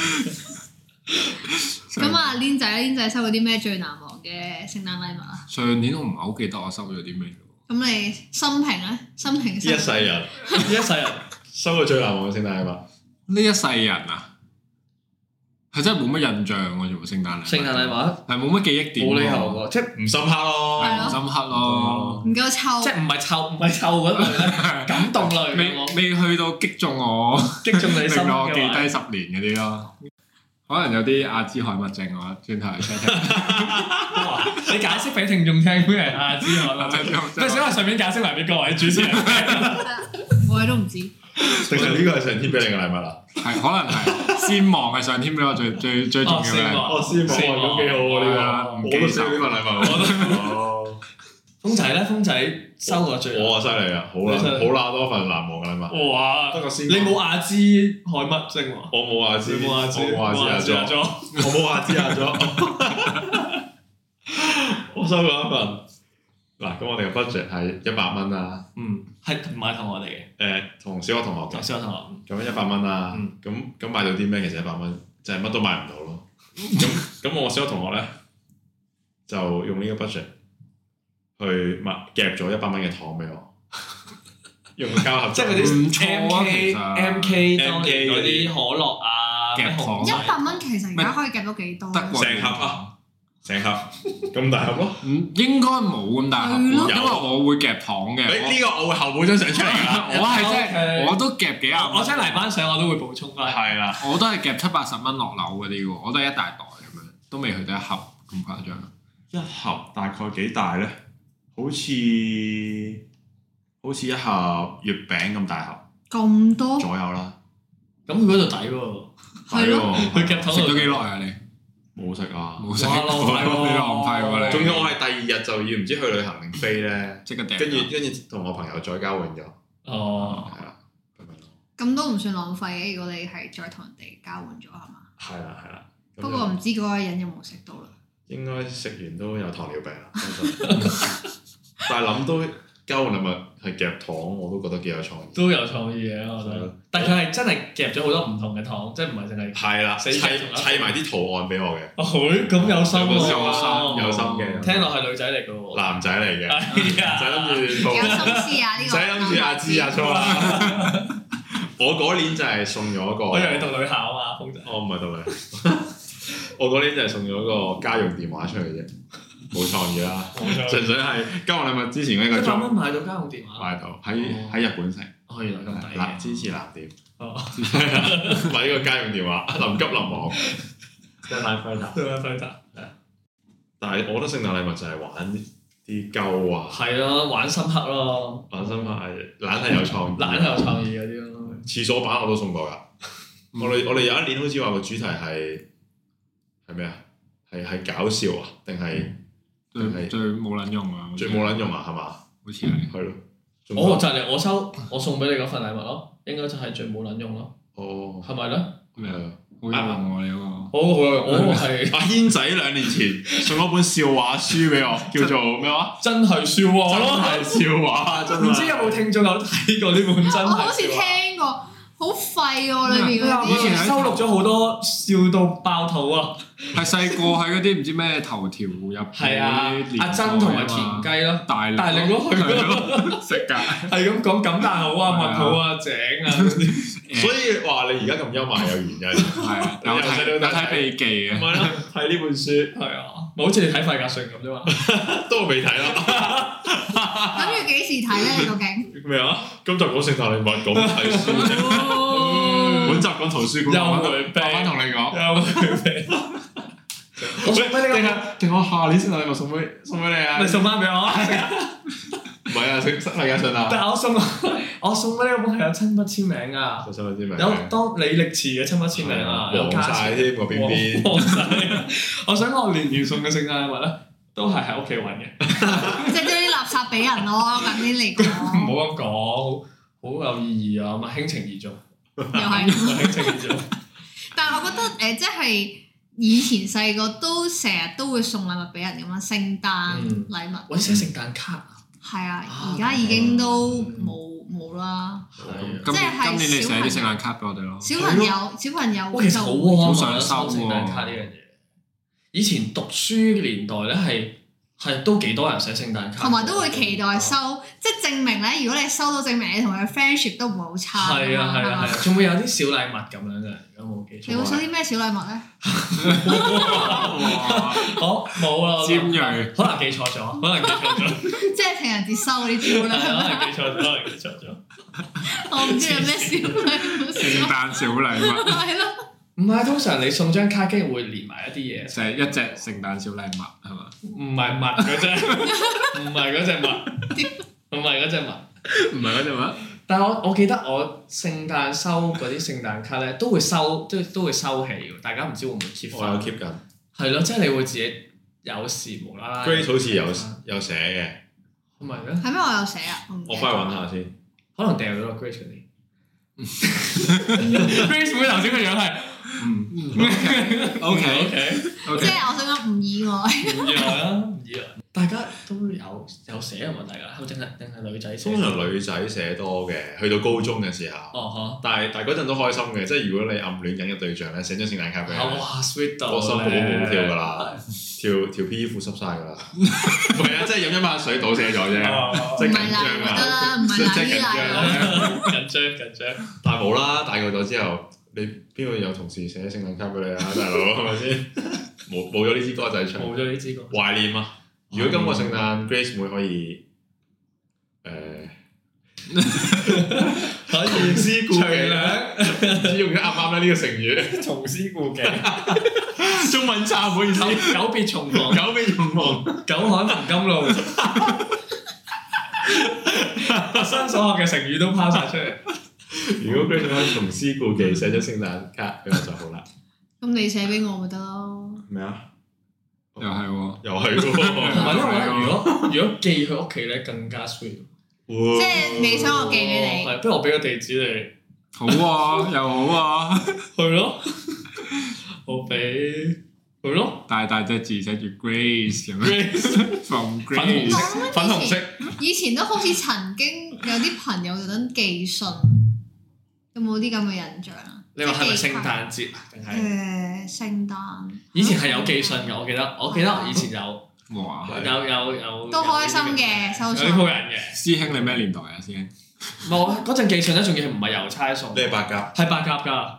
[SPEAKER 1] 咁啊，Lin 仔 Lin 仔收過啲咩最難忘嘅聖誕禮物啊？
[SPEAKER 4] 上年我唔係好記得我收咗啲咩喎，
[SPEAKER 1] 咁你心平咧，心平
[SPEAKER 2] 一世人
[SPEAKER 3] 一世人。
[SPEAKER 2] 收過最難忘嘅聖誕禮物，
[SPEAKER 4] 呢一世人啊，係真係冇乜印象喎，做聖誕禮物。
[SPEAKER 3] 聖誕禮物
[SPEAKER 4] 係冇乜記憶點喎，
[SPEAKER 3] 冇理由哦喎，即係
[SPEAKER 2] 唔深刻咯。
[SPEAKER 1] 係
[SPEAKER 4] 係啊
[SPEAKER 1] 咯
[SPEAKER 4] 唔深刻咯。
[SPEAKER 1] 唔夠臭
[SPEAKER 3] 即。係唔係臭唔係臭嗰類
[SPEAKER 4] 哦
[SPEAKER 3] 咧，感動類
[SPEAKER 4] 未
[SPEAKER 3] 嘅我
[SPEAKER 4] 未去到擊中我，
[SPEAKER 3] 擊中你心
[SPEAKER 4] 令到我記
[SPEAKER 3] 嘅話
[SPEAKER 4] 低十年嗰啲咯。可能有啲阿茲海默症我轉 頭嚟 check check。
[SPEAKER 3] 哇你解釋俾聽啊眾聽咩係阿芝海 默症？你想我順便解釋埋俾各位主持人聽？
[SPEAKER 1] 我哋都唔知。
[SPEAKER 2] 定係呢個係上天俾你嘅禮物啊啦。
[SPEAKER 4] 係可能係 先亡係上天俾我最最最重要嘅
[SPEAKER 3] 哦先
[SPEAKER 4] 禮
[SPEAKER 3] 亡
[SPEAKER 4] 物。
[SPEAKER 2] 哦，師傅，
[SPEAKER 3] 師傅
[SPEAKER 2] 咁幾好喎
[SPEAKER 4] 係啊
[SPEAKER 2] 呢
[SPEAKER 4] 唔
[SPEAKER 2] 個，
[SPEAKER 4] 記
[SPEAKER 2] 我都
[SPEAKER 4] 仇
[SPEAKER 2] 收呢個禮物
[SPEAKER 3] 我都
[SPEAKER 2] 喎。哦
[SPEAKER 3] 風仔咧，風仔收過最
[SPEAKER 2] 我啊犀利啊，好啦，
[SPEAKER 3] 你犀利
[SPEAKER 2] 好啦，多份難忘嘅
[SPEAKER 4] 啊
[SPEAKER 2] 禮物。
[SPEAKER 3] 哇！
[SPEAKER 2] 不過先
[SPEAKER 3] 你冇阿芝海默症喎，
[SPEAKER 2] 我冇話知，
[SPEAKER 3] 你冇阿芝，
[SPEAKER 2] 我冇話知
[SPEAKER 3] 阿
[SPEAKER 2] 阿咗，
[SPEAKER 3] 咗，
[SPEAKER 2] 我冇話知阿咗。我收過一份。嗱，咁我哋嘅 budget 係一百蚊啦，
[SPEAKER 3] 嗯，係唔係同我哋嘅
[SPEAKER 2] 誒，同小學同學
[SPEAKER 3] 同
[SPEAKER 2] 嘅，
[SPEAKER 3] 小學同學？
[SPEAKER 2] 咁一百蚊啦
[SPEAKER 3] 嗯，
[SPEAKER 2] 咁咁買到啲咩？其實一百蚊就係乜都買唔到 咯。咁咁我小學同學咧就用呢個 budget 去買夾咗一百蚊嘅糖俾 我，用膠盒
[SPEAKER 3] 即
[SPEAKER 2] 裝，
[SPEAKER 3] 係嗰啲
[SPEAKER 4] 唔錯啊其
[SPEAKER 3] MK
[SPEAKER 4] 實
[SPEAKER 3] MK 當年
[SPEAKER 2] MK
[SPEAKER 3] 嗰啲可樂啊，
[SPEAKER 4] 夾
[SPEAKER 3] 咩
[SPEAKER 4] 糖
[SPEAKER 3] 紅
[SPEAKER 1] 一
[SPEAKER 3] 酒
[SPEAKER 1] 百蚊其實而家可以夾到幾多？
[SPEAKER 4] 德國
[SPEAKER 2] 成盒啊，成盒咁大盒咯。
[SPEAKER 4] 唔嗯應該冇咁大盒
[SPEAKER 1] 係
[SPEAKER 4] 喎，
[SPEAKER 1] 咯
[SPEAKER 4] 因為我會夾糖嘅。
[SPEAKER 2] 誒
[SPEAKER 4] 我
[SPEAKER 2] 呢個我會後補張相出嚟㗎啦。
[SPEAKER 4] 我係真係
[SPEAKER 3] OK
[SPEAKER 4] 我都夾幾廿
[SPEAKER 3] 我
[SPEAKER 4] 蚊
[SPEAKER 3] 我，真係嚟班相我都會補充翻。
[SPEAKER 2] 係啦，
[SPEAKER 4] 我都係夾七八十蚊落樓嗰啲喎，我都係一大袋咁樣，都未去到一盒咁誇張。
[SPEAKER 2] 一盒大概幾大咧？好似好似一盒月餅咁大盒
[SPEAKER 1] 咁多
[SPEAKER 2] 左右啦。
[SPEAKER 3] 咁佢嗰度抵喎，
[SPEAKER 1] 係咯，
[SPEAKER 3] 佢夾糖
[SPEAKER 4] 食
[SPEAKER 3] 落
[SPEAKER 4] 咗
[SPEAKER 3] 去
[SPEAKER 4] 幾耐啊？你
[SPEAKER 2] 冇食啊！
[SPEAKER 4] 冇食
[SPEAKER 3] 哇
[SPEAKER 4] 過，
[SPEAKER 3] 浪費喎
[SPEAKER 4] 你浪費喎你。
[SPEAKER 2] 仲要我係第二日就要唔知去旅行定飛
[SPEAKER 3] 啊
[SPEAKER 2] 咧，
[SPEAKER 4] 即刻掟。
[SPEAKER 2] 跟住跟住同我朋友再交換咗，
[SPEAKER 3] 哦。
[SPEAKER 2] 係啦，咁樣咯，
[SPEAKER 1] 咁都唔算浪費嘅。如果你係再同人哋交換咗係嘛？
[SPEAKER 2] 係啦係啦。咁
[SPEAKER 1] 不過唔知嗰個人有冇食到啦。
[SPEAKER 2] 應該食完都有糖尿 病啦，相信但係諗到交換禮物係夾糖，我都覺得幾有創意。
[SPEAKER 3] 都有創意嘅，我覺得。但佢係真係夾咗好多唔同嘅糖，即係唔係淨 係。
[SPEAKER 2] 係啦，砌
[SPEAKER 3] 死
[SPEAKER 2] 砌
[SPEAKER 3] 食同一份
[SPEAKER 2] 埋啲圖案俾我嘅，
[SPEAKER 3] 哦，佢咁有心
[SPEAKER 2] 有心
[SPEAKER 3] 喎，
[SPEAKER 2] 有心嘅
[SPEAKER 3] 聽落係女仔嚟嘅喎。
[SPEAKER 2] 男仔嚟嘅，
[SPEAKER 3] 係
[SPEAKER 2] 唔使
[SPEAKER 3] 啊，
[SPEAKER 2] 諗住
[SPEAKER 1] 有
[SPEAKER 2] 報
[SPEAKER 1] 心思啊
[SPEAKER 2] 唔
[SPEAKER 1] 呢
[SPEAKER 2] 使
[SPEAKER 1] 個。
[SPEAKER 2] 諗住阿芝阿 粗啦。我嗰年就係送咗個，
[SPEAKER 3] 我以為你讀女校啊嘛，風仔。
[SPEAKER 2] 哦我唔係讀你，我嗰年就係 送咗個家用電話出去啫，冇創意 啦。純粹係交換禮物之前嗰一個
[SPEAKER 3] 一百蚊
[SPEAKER 2] 鐘
[SPEAKER 3] 買到家用電話，
[SPEAKER 2] 買到喺喺日本城，
[SPEAKER 3] 哦，原來咁抵
[SPEAKER 2] 嗱
[SPEAKER 3] 嘅。
[SPEAKER 2] 支持藍點
[SPEAKER 3] 哦，
[SPEAKER 2] 買呢個家用電話，臨急臨忙，真係太快啦！
[SPEAKER 3] 對啊，對啊，
[SPEAKER 2] 但係我覺得聖誕禮物就係玩啲鳩啊，
[SPEAKER 3] 係咯，玩深刻咯，
[SPEAKER 2] 玩心派，懶係有創意，
[SPEAKER 3] 懶有創意嗰啲咯。
[SPEAKER 2] 廁所板我都送過㗎。
[SPEAKER 4] 嗯
[SPEAKER 2] 我哋我哋有一年好似話個主題係係咩啊？係係搞笑啊，定係
[SPEAKER 3] 嗯
[SPEAKER 4] 最最冇撚用啊！
[SPEAKER 2] 最冇撚用啊？係嘛？
[SPEAKER 4] 好似係。
[SPEAKER 2] 係咯。仲有
[SPEAKER 3] 我哦就係我收我送俾你嗰份禮物咯，應該就係最冇撚用咯，
[SPEAKER 2] 哦，
[SPEAKER 3] 係咪咧？
[SPEAKER 4] 咩啊
[SPEAKER 2] 係啊
[SPEAKER 4] 好有用喎你嗰
[SPEAKER 3] 我好有我嗰個哦係
[SPEAKER 2] 阿軒仔兩年前送咗本笑話書俾我，叫做咩話？
[SPEAKER 3] 真係笑
[SPEAKER 2] 真
[SPEAKER 4] 哦
[SPEAKER 3] 我咯。
[SPEAKER 2] 係笑話，真
[SPEAKER 3] 唔知有
[SPEAKER 2] 係。
[SPEAKER 3] 冇聽眾有睇過呢本真係笑話
[SPEAKER 1] 我好似聽過，好廢喎裏邊
[SPEAKER 3] 啊
[SPEAKER 1] 嗰
[SPEAKER 4] 以前
[SPEAKER 1] 啲
[SPEAKER 4] 係。
[SPEAKER 3] 收錄咗好多笑到爆肚啊！
[SPEAKER 4] 係細個喺嗰啲唔知咩頭條入邊
[SPEAKER 3] 係啊
[SPEAKER 4] 嗰啲，年代
[SPEAKER 3] 阿珍同埋田
[SPEAKER 4] 啊嘛
[SPEAKER 3] 雞咯，
[SPEAKER 4] 大
[SPEAKER 3] 大力咯去
[SPEAKER 4] 咯，食㗎。
[SPEAKER 3] 係咁講感嘆好啊、
[SPEAKER 4] 係
[SPEAKER 3] 問
[SPEAKER 4] 啊
[SPEAKER 3] 好啊、井啊嗰啲，
[SPEAKER 2] 所以話你而家咁幽默係有原因，
[SPEAKER 4] 係啊， 有
[SPEAKER 2] 由細
[SPEAKER 4] 睇有
[SPEAKER 2] 到大
[SPEAKER 4] 睇秘技
[SPEAKER 2] 咪
[SPEAKER 4] 嘅，
[SPEAKER 2] 咯，睇呢本書
[SPEAKER 3] 係啊，咪好似你睇費格遜咁啫嘛。
[SPEAKER 2] 都未睇啦。
[SPEAKER 1] 諗住幾時睇咧？你究竟？
[SPEAKER 2] 咩啊？今集講聖誕禮物，講睇書啫。
[SPEAKER 4] 嗯
[SPEAKER 2] 本集講圖書館。
[SPEAKER 3] 又回避，
[SPEAKER 4] 我同你講，
[SPEAKER 3] 又回避，
[SPEAKER 4] 我送俾你啊！定我下年先禮物送俾送俾你啊
[SPEAKER 3] 你送翻俾我啊。
[SPEAKER 2] 唔係啊，聖世界上啊，
[SPEAKER 3] 但係我送我送俾你嗰本係有親筆簽名啊，
[SPEAKER 2] 我想知名。
[SPEAKER 3] 有當李力持嘅親筆簽名啊，有
[SPEAKER 2] 黃
[SPEAKER 3] 加
[SPEAKER 2] 晒
[SPEAKER 3] 錢
[SPEAKER 2] 添個邊邊。
[SPEAKER 3] 黃曬。啊我想講我年年送嘅聖誕禮物咧，都係喺屋企揾嘅。
[SPEAKER 1] 即係將啲垃圾俾人咯，近啲嚟
[SPEAKER 3] 唔
[SPEAKER 1] 講，
[SPEAKER 3] 好咁講，好有意義啊！咪輕情義重，
[SPEAKER 1] 又係。
[SPEAKER 3] 咪輕情 義重。
[SPEAKER 1] 但係我覺得誒、
[SPEAKER 3] 嗯
[SPEAKER 1] 即係以前細個都成日都會送禮物俾人咁樣，聖誕
[SPEAKER 3] 嗯
[SPEAKER 1] 禮物
[SPEAKER 3] 或者寫聖誕卡啊，
[SPEAKER 1] 係啊，
[SPEAKER 3] 啊哦
[SPEAKER 1] 而家已經都冇冇啦。
[SPEAKER 3] 係
[SPEAKER 4] 今年今年你寫
[SPEAKER 1] 即
[SPEAKER 4] 啲
[SPEAKER 1] 係
[SPEAKER 4] 聖誕卡俾我哋咯，
[SPEAKER 1] 小朋友小朋友
[SPEAKER 3] 嗯哇，其實好 warm
[SPEAKER 4] 好
[SPEAKER 3] 啊！
[SPEAKER 4] 想收
[SPEAKER 3] 收聖
[SPEAKER 4] 喎
[SPEAKER 3] 誕卡呢樣嘢，以前讀書年代咧係係都幾多人寫聖誕卡，
[SPEAKER 1] 同埋都會期待收，即係證明咧。如果你收到，證明你同佢嘅 friendship 都唔會好差。
[SPEAKER 3] 係啊係啊係啊，仲會有啲小禮物咁樣嘅，如果冇記錯。
[SPEAKER 1] 你會 收啲咩小禮物咧？
[SPEAKER 4] 哇
[SPEAKER 3] 好冇啊！
[SPEAKER 4] 尖鋭
[SPEAKER 3] 可能記錯咗，可能記錯 咗，
[SPEAKER 1] 即係情人節收嗰啲
[SPEAKER 3] 可
[SPEAKER 1] 招啦。
[SPEAKER 3] 能記錯咗，可能記錯咗。
[SPEAKER 1] 我唔知有咩小禮物
[SPEAKER 3] 啊
[SPEAKER 4] 聖
[SPEAKER 1] 收。
[SPEAKER 4] 誕小禮物，
[SPEAKER 1] 係咯，
[SPEAKER 3] 唔係，通常你送張卡，跟住會連埋一啲嘢，
[SPEAKER 4] 就係一隻聖誕小禮物係嘛？
[SPEAKER 3] 唔係襪嗰隻，唔係嗰隻襪，唔係嗰隻襪。
[SPEAKER 4] 唔係嗰隻咩？啊
[SPEAKER 3] 但係我我記得我聖誕收嗰啲聖誕卡咧，都會收，都都會收起嘅。大家唔知會唔會 keep
[SPEAKER 2] 我哦有
[SPEAKER 3] 翻？
[SPEAKER 2] keep 緊。
[SPEAKER 3] 係咯，即係你會自己有時無啦啦。
[SPEAKER 2] Grace 好似有有寫嘅，
[SPEAKER 3] 唔係咩？
[SPEAKER 1] 係咩？我有寫啊，我唔記
[SPEAKER 2] 我
[SPEAKER 1] 得
[SPEAKER 2] 翻去揾下先。
[SPEAKER 3] 可能掉咗落 Grace 嗰啲。Grace 妹頭先個樣係
[SPEAKER 4] 嗯，OK
[SPEAKER 3] OK，
[SPEAKER 1] 即
[SPEAKER 4] OK，
[SPEAKER 1] 係我想講唔意外。
[SPEAKER 3] 唔意外啦，唔意外。大家都有有寫啊嘛，大家定係定係女仔寫
[SPEAKER 2] 通。常女仔寫多嘅，去到高中嘅時候，
[SPEAKER 3] 哦
[SPEAKER 2] 但係但係嗰陣都開心嘅，即係如果你暗戀緊嘅對象咧，寫張聖誕卡俾
[SPEAKER 3] 呵，
[SPEAKER 2] 佢，
[SPEAKER 3] 啊哇 sweet 到
[SPEAKER 2] 個心好好跳㗎
[SPEAKER 3] 啦。
[SPEAKER 2] 啦，條條 P E 褲濕晒㗎啦，唔係啊，即係飲一晚水倒瀉咗啫，
[SPEAKER 3] 哦
[SPEAKER 2] 即係
[SPEAKER 1] 唔
[SPEAKER 2] 緊
[SPEAKER 1] 係
[SPEAKER 2] 張
[SPEAKER 1] 啦，得
[SPEAKER 2] 啊，
[SPEAKER 1] 啦，唔
[SPEAKER 2] 即
[SPEAKER 1] 係
[SPEAKER 2] 係
[SPEAKER 1] 啦，
[SPEAKER 2] 緊
[SPEAKER 1] 依
[SPEAKER 2] 張
[SPEAKER 1] 賴
[SPEAKER 2] 啊，
[SPEAKER 3] 緊張緊張，
[SPEAKER 2] 但係冇啦，大個咗之後，你邊個有同事寫聖誕卡俾你啊，大 佬係咪先？冇冇咗啊呢支歌仔唱，
[SPEAKER 3] 冇咗呢支歌。
[SPEAKER 2] 懷念啊！如果今個聖誕 Grace 妹可以誒。
[SPEAKER 3] 可以思
[SPEAKER 2] 故伎
[SPEAKER 3] 啊
[SPEAKER 2] 唔知用得啱唔啱咧呢個成語？
[SPEAKER 3] 重思故 技，
[SPEAKER 2] 中文差，唔好意
[SPEAKER 3] 久久別重逢，
[SPEAKER 2] 久未重逢，
[SPEAKER 3] 久旱逢甘露。新所學嘅成語都拋晒出嚟，
[SPEAKER 2] 如果 Grace 可以重施故技，寫咗聖誕卡俾我就好啦。
[SPEAKER 1] 咁你寫俾我咪得咯。
[SPEAKER 2] 咩啊？
[SPEAKER 4] 又係喎，
[SPEAKER 2] 又係喎，
[SPEAKER 3] 同埋咧，我覺得如果如果寄去屋企咧，更加 sweet。
[SPEAKER 1] 即
[SPEAKER 2] 即
[SPEAKER 1] 係你想我寄俾你，
[SPEAKER 3] 係不如我俾個地址
[SPEAKER 4] 好啊，又好啊，
[SPEAKER 3] 你，去 咯，我俾去咯
[SPEAKER 4] 大大隻字寫住 Grace 咁樣
[SPEAKER 3] ，Grace
[SPEAKER 4] ，from
[SPEAKER 3] 粉紅
[SPEAKER 4] Grace，
[SPEAKER 3] 色，粉紅色，
[SPEAKER 1] 以前都好似曾經有啲朋友特登寄信，有冇啲咁嘅印象啊？
[SPEAKER 3] 你話係咪
[SPEAKER 1] 即係寄
[SPEAKER 3] 聖
[SPEAKER 1] 卡？
[SPEAKER 3] 誕節啊？定係
[SPEAKER 1] 誒，聖誕
[SPEAKER 3] 以前係有寄信嘅，我記得，我記得我以前有
[SPEAKER 4] 哇！
[SPEAKER 3] 有有有
[SPEAKER 1] 都開心嘅收
[SPEAKER 3] 有
[SPEAKER 1] 信
[SPEAKER 3] 啲，鋪人嘅。
[SPEAKER 4] 師兄你咩年代啊？師兄，
[SPEAKER 3] 冇嗰陣寄信咧，仲要係唔係郵差送？
[SPEAKER 2] 你係白鴿，
[SPEAKER 3] 係白鴿㗎，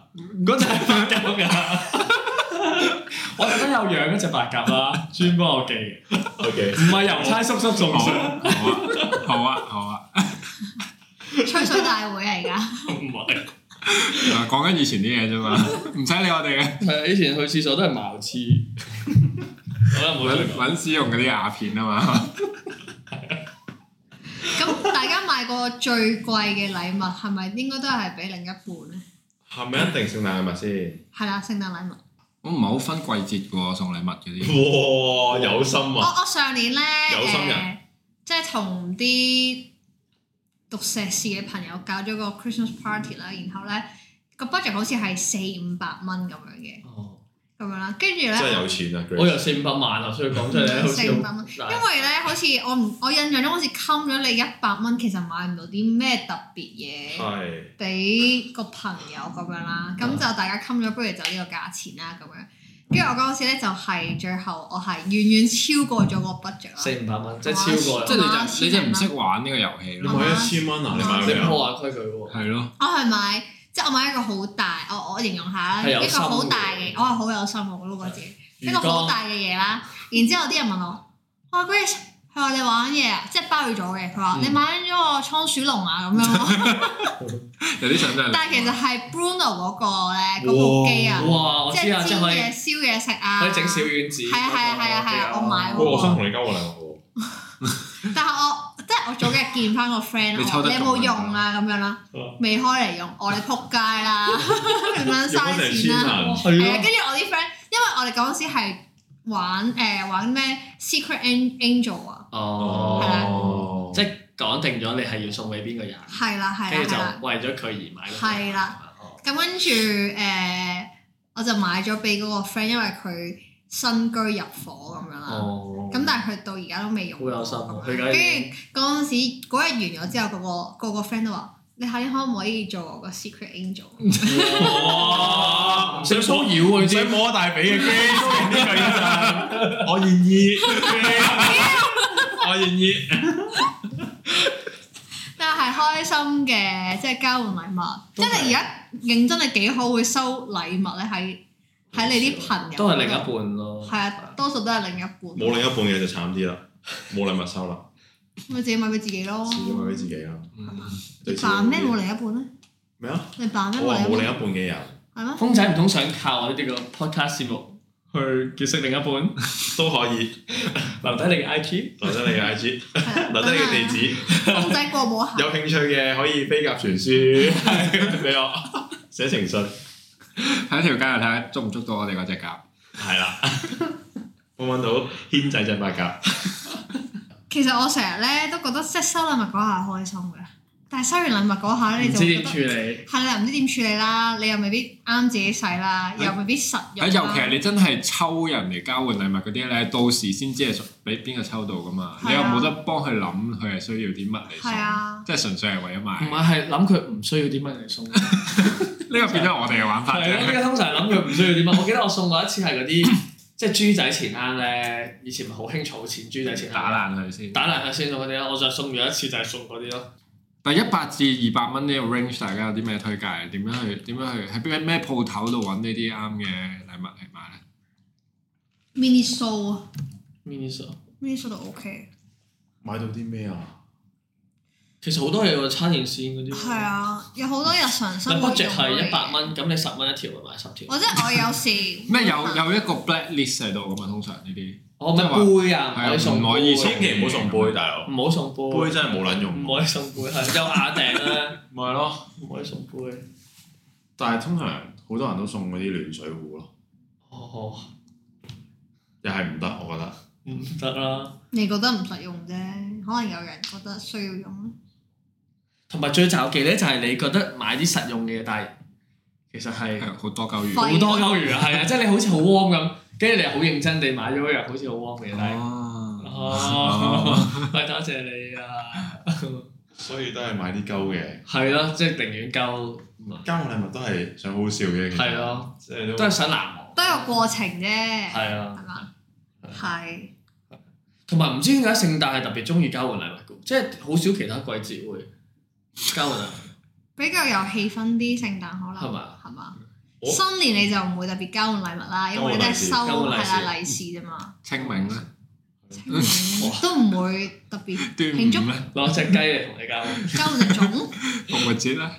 [SPEAKER 3] 嗰陣係白鴿㗎。我特登有養一隻白鴿啦，專幫我寄嘅，
[SPEAKER 2] OK，
[SPEAKER 3] 唔係郵差叔叔送
[SPEAKER 4] 好
[SPEAKER 3] 信，
[SPEAKER 4] 啊，好啊，好啊，
[SPEAKER 1] 吹水大會啊！而 家
[SPEAKER 3] 唔係。
[SPEAKER 4] 嗱啊講緊以前啲嘢啫嘛，唔使理我哋嘅，
[SPEAKER 3] 係啊以前去廁所都係茅廁，好啦，冇
[SPEAKER 4] 揾揾使用嗰啲瓦片啊嘛，
[SPEAKER 1] 咁大家買過最貴嘅禮物係咪應該都係俾另一半咧？
[SPEAKER 2] 係咪一定聖誕禮物先？
[SPEAKER 1] 係啦，聖誕禮物。
[SPEAKER 4] 我唔係好分季節嘅喎，送禮物嗰啲，
[SPEAKER 2] 哇，有心啊
[SPEAKER 1] 我！我上年咧，
[SPEAKER 2] 有心人
[SPEAKER 1] 誒即係同啲讀碩士嘅朋友搞咗個 Christmas party 啦，然後咧個 budget 好似係四五百蚊咁樣嘅，
[SPEAKER 3] 哦，
[SPEAKER 1] 咁樣啦。跟住
[SPEAKER 2] 真係
[SPEAKER 1] 咧，
[SPEAKER 2] 有錢啊
[SPEAKER 3] 我
[SPEAKER 2] Grace！
[SPEAKER 3] 有四五百萬啊，所以講真係好似
[SPEAKER 1] 四五百蚊，
[SPEAKER 3] 好
[SPEAKER 1] 因為咧好似我唔我印象中好似冚咗你一百蚊，其實買唔到啲咩特別嘢
[SPEAKER 2] 係
[SPEAKER 1] 俾個朋友咁樣啦。咁就大家冚咗，不如就呢個價錢啦咁樣。跟住我嗰陣時咧，就係最後我係遠遠超過咗個 budget 啦。
[SPEAKER 3] 四五百蚊，即係超過啦
[SPEAKER 4] 即係你就你就唔識玩呢個遊戲
[SPEAKER 2] 你
[SPEAKER 1] 嗯
[SPEAKER 4] 咯，
[SPEAKER 2] 買一千蚊啊？你買
[SPEAKER 3] 你
[SPEAKER 2] 咩啊？
[SPEAKER 3] 破壞規矩喎。
[SPEAKER 4] 係咯，
[SPEAKER 1] 我啊係買，即係我買一個好大，我我形容下啦，
[SPEAKER 3] 係有
[SPEAKER 1] 一個
[SPEAKER 3] 心
[SPEAKER 1] 好
[SPEAKER 3] 嘅嗯
[SPEAKER 1] 大嘅，我係好有心嘅，我都覺得自己一個
[SPEAKER 3] 魚
[SPEAKER 1] 好
[SPEAKER 3] 缸啊
[SPEAKER 1] 大嘅嘢啦。然之後啲人問我：，我 Grace，佢話你玩嘢啊，即係包咗嘅。佢話
[SPEAKER 3] 嗯
[SPEAKER 1] 你買咗個倉鼠籠啊咁 樣咯，
[SPEAKER 4] 有啲想真係。
[SPEAKER 1] 但係其實係 Bruno 嗰個咧，嗰部機啊，
[SPEAKER 3] 哇！我
[SPEAKER 1] 即
[SPEAKER 3] 知啊，
[SPEAKER 1] 係
[SPEAKER 3] 即
[SPEAKER 1] 煎
[SPEAKER 3] 係可以
[SPEAKER 1] 嘢、燒嘢食啊，
[SPEAKER 3] 可以整小丸子。
[SPEAKER 1] 係啊係啊係啊係啊我買
[SPEAKER 2] 喂，
[SPEAKER 1] 喎
[SPEAKER 2] 我想同你交換禮物
[SPEAKER 1] 但係我即係我早幾日見翻個 friend，
[SPEAKER 4] 你
[SPEAKER 1] 我
[SPEAKER 4] 抽
[SPEAKER 1] 話
[SPEAKER 4] 得
[SPEAKER 1] 你有
[SPEAKER 4] 中
[SPEAKER 1] 冇
[SPEAKER 4] 啊
[SPEAKER 1] 用啊咁樣啦
[SPEAKER 2] 啊，
[SPEAKER 1] 未開嚟用，我哋撲街啦，咁樣
[SPEAKER 2] 喎，用咗成
[SPEAKER 1] 嘥
[SPEAKER 2] 千
[SPEAKER 1] 錢啦。
[SPEAKER 2] 萬，
[SPEAKER 3] 係
[SPEAKER 1] 係啊，跟。
[SPEAKER 3] 咯
[SPEAKER 1] 住我啲 friend，因為我哋嗰陣時係玩誒玩咩 Secret An- Angel 啊，
[SPEAKER 3] 哦，即
[SPEAKER 2] 係
[SPEAKER 3] 係講定咗你係要送俾邊個人，
[SPEAKER 1] 係啦係
[SPEAKER 3] 跟
[SPEAKER 1] 啦
[SPEAKER 3] 住
[SPEAKER 1] 係啦，
[SPEAKER 3] 就為咗佢而買咯。
[SPEAKER 1] 係啦
[SPEAKER 3] 哦
[SPEAKER 1] 咁跟住誒我就買咗俾嗰個 friend，因為佢新居入伙咁樣啦，
[SPEAKER 3] 哦。
[SPEAKER 1] 咁但係佢到而家都未用
[SPEAKER 3] 好
[SPEAKER 1] 過，
[SPEAKER 3] 有心啊喎，佢
[SPEAKER 1] 跟
[SPEAKER 3] 梗
[SPEAKER 1] 住嗰陣時嗰日完咗之後，嗰個個個 friend 都話：你下年可唔可以做我個 Secret Angel？
[SPEAKER 3] 嗯係
[SPEAKER 2] 哇！
[SPEAKER 3] 唔使騷擾啊，
[SPEAKER 2] 唔
[SPEAKER 3] 你知
[SPEAKER 2] 使摸大髀
[SPEAKER 4] 啊
[SPEAKER 2] 嘅 Grace，
[SPEAKER 3] 呢 個醫生，
[SPEAKER 2] 我願意，我願意。
[SPEAKER 1] 但係開心嘅，即係交換禮物。即
[SPEAKER 3] 都係
[SPEAKER 1] 係你而家認真，你幾好會收禮物咧？喺喺你啲朋友
[SPEAKER 3] 都係另一半咯。
[SPEAKER 1] 係啊，多數都係另一半。
[SPEAKER 2] 冇另一半嘅就慘啲啦，冇禮物收啦，
[SPEAKER 1] 咪自己買俾自己咯。
[SPEAKER 2] 自己買俾自己啊啦。
[SPEAKER 1] 你
[SPEAKER 2] 對自己好
[SPEAKER 1] 扮
[SPEAKER 2] 啲
[SPEAKER 1] 咩冇另一半咧？
[SPEAKER 2] 咩啊？
[SPEAKER 1] 你扮咩
[SPEAKER 2] 我
[SPEAKER 1] 冇
[SPEAKER 2] 話
[SPEAKER 1] 另一
[SPEAKER 2] 冇另
[SPEAKER 1] 半
[SPEAKER 2] 一半嘅人
[SPEAKER 1] 係 咩？
[SPEAKER 3] 風仔唔通想靠我呢啲個 podcast 節目去結識另一 半，留
[SPEAKER 2] 都可以
[SPEAKER 3] 低你嘅 IG，
[SPEAKER 2] 留低你嘅 IG，
[SPEAKER 1] 係啊
[SPEAKER 2] 留低你嘅地。址。
[SPEAKER 1] 等下公仔過冇
[SPEAKER 2] 有
[SPEAKER 1] 行，
[SPEAKER 2] 興趣嘅可以飛鴿傳書俾我啊寫情信，
[SPEAKER 4] 喺條街度睇下捉唔捉到我哋嗰只鴿。
[SPEAKER 2] 係啦，我揾到軒仔只白鴿，
[SPEAKER 1] 其實我成日咧都覺得即係收禮物嗰下開心嘅，但係收完禮物嗰下咧
[SPEAKER 3] 唔
[SPEAKER 1] 你就
[SPEAKER 3] 知
[SPEAKER 1] 會覺得
[SPEAKER 3] 點處理。
[SPEAKER 1] 係啦，唔知點處理啦，你又未必啱自己使啦，又未必實用
[SPEAKER 4] 喺
[SPEAKER 1] 啦。
[SPEAKER 4] 尤其係你真係抽人嚟交換禮物嗰啲咧，到時先知係俾邊個抽到噶嘛。
[SPEAKER 1] 係啊
[SPEAKER 4] 你又冇得幫佢諗，佢係需要啲乜嚟送
[SPEAKER 1] 係，啊，嗯
[SPEAKER 4] 即係純粹係為咗
[SPEAKER 3] 唔
[SPEAKER 4] 買。
[SPEAKER 3] 係係諗佢唔需要啲乜嚟送，係
[SPEAKER 4] 呢個變咗我哋嘅玩法
[SPEAKER 3] 咯？呢
[SPEAKER 1] 啊
[SPEAKER 4] 啫。
[SPEAKER 3] 個通常係諗佢唔需要啲啊乜。我記得我送過一次係嗰啲 即係豬仔錢罌咧，以前咪好興儲錢豬仔錢罌
[SPEAKER 4] 打爛佢先。
[SPEAKER 3] 打爛佢先送嗰啲咯。我就送咗一次就係送嗰啲咯。
[SPEAKER 4] 但一百至二百蚊呢個 range，大家有啲咩推介？點樣去點樣去喺邊咩鋪頭度揾呢啲啱嘅禮物嚟買咧？
[SPEAKER 1] mini show 啊
[SPEAKER 3] mini show
[SPEAKER 1] ，mini show 都 OK。
[SPEAKER 2] 買到啲咩啊？
[SPEAKER 3] 其實好多嘢喎，叉電線嗰啲。
[SPEAKER 1] 係。啊，有好多日常生
[SPEAKER 3] 但
[SPEAKER 1] 活用
[SPEAKER 3] budget 係一百
[SPEAKER 1] 嘅。
[SPEAKER 3] 蚊，咁你十蚊一條咪買十條。
[SPEAKER 1] 或者我有時
[SPEAKER 4] 咩
[SPEAKER 1] 啊
[SPEAKER 4] 有有一個 black list 喺度噶嘛？通常呢啲
[SPEAKER 3] 我咪杯啊，唔
[SPEAKER 4] 係啊
[SPEAKER 3] 可以送
[SPEAKER 4] 唔可以
[SPEAKER 3] 杯，
[SPEAKER 4] 送
[SPEAKER 2] 千祈唔好送杯，大佬，
[SPEAKER 3] 唔好送杯，
[SPEAKER 2] 杯真係冇撚用。
[SPEAKER 3] 唔可以送杯，係有瓦頂啊啦，
[SPEAKER 2] 咪咯，
[SPEAKER 3] 唔可以送杯。
[SPEAKER 2] 但係通常好多人都送嗰啲暖水壺咯，
[SPEAKER 3] 哦，
[SPEAKER 2] 又係唔得，我覺得。
[SPEAKER 3] 唔得啦。
[SPEAKER 1] 你覺得唔實用啫，可能有人覺得需要用。
[SPEAKER 3] 同埋最詐忌咧，就係你覺得買啲實用嘅嘢，但係其實係
[SPEAKER 4] 係好多鳩魚。
[SPEAKER 1] 廢
[SPEAKER 3] 好多鳩魚啊，係啊，即係你好似好 warm 咁，跟住你又好認真地買咗一樣好似好 warm 嘅嘢，但係
[SPEAKER 4] 哦，
[SPEAKER 3] 哦，喂，多謝你啊，
[SPEAKER 2] 所以都係買啲鳩嘅，
[SPEAKER 3] 係咯，即係寧願鳩，
[SPEAKER 2] 交換禮物都係想好笑嘅，其實
[SPEAKER 3] 係，咯，
[SPEAKER 2] 即係
[SPEAKER 4] 嗯
[SPEAKER 3] 都
[SPEAKER 2] 都
[SPEAKER 3] 係想難忘，
[SPEAKER 1] 都有過程啫，係
[SPEAKER 3] 係啊。
[SPEAKER 1] 嘛？係
[SPEAKER 3] 同埋唔知點解聖誕係特別中意交換禮物嘅，即係好少其他季節會交換禮物。
[SPEAKER 1] 比較有氣氛啲，聖誕可能
[SPEAKER 3] 係嘛
[SPEAKER 1] 係嘛？
[SPEAKER 2] 我
[SPEAKER 1] 新年你就唔會特別交換禮物啦，因為你都係收
[SPEAKER 2] 交
[SPEAKER 3] 換禮事
[SPEAKER 1] 係啦利是啫 嘛，
[SPEAKER 4] 清明咧，
[SPEAKER 1] 清明
[SPEAKER 3] 哇
[SPEAKER 1] 都唔會特別
[SPEAKER 4] 端
[SPEAKER 1] 慶祝
[SPEAKER 4] 午咧，
[SPEAKER 3] 攞只雞嚟同你交換，
[SPEAKER 1] 交換隻粽，
[SPEAKER 4] 復活節咧，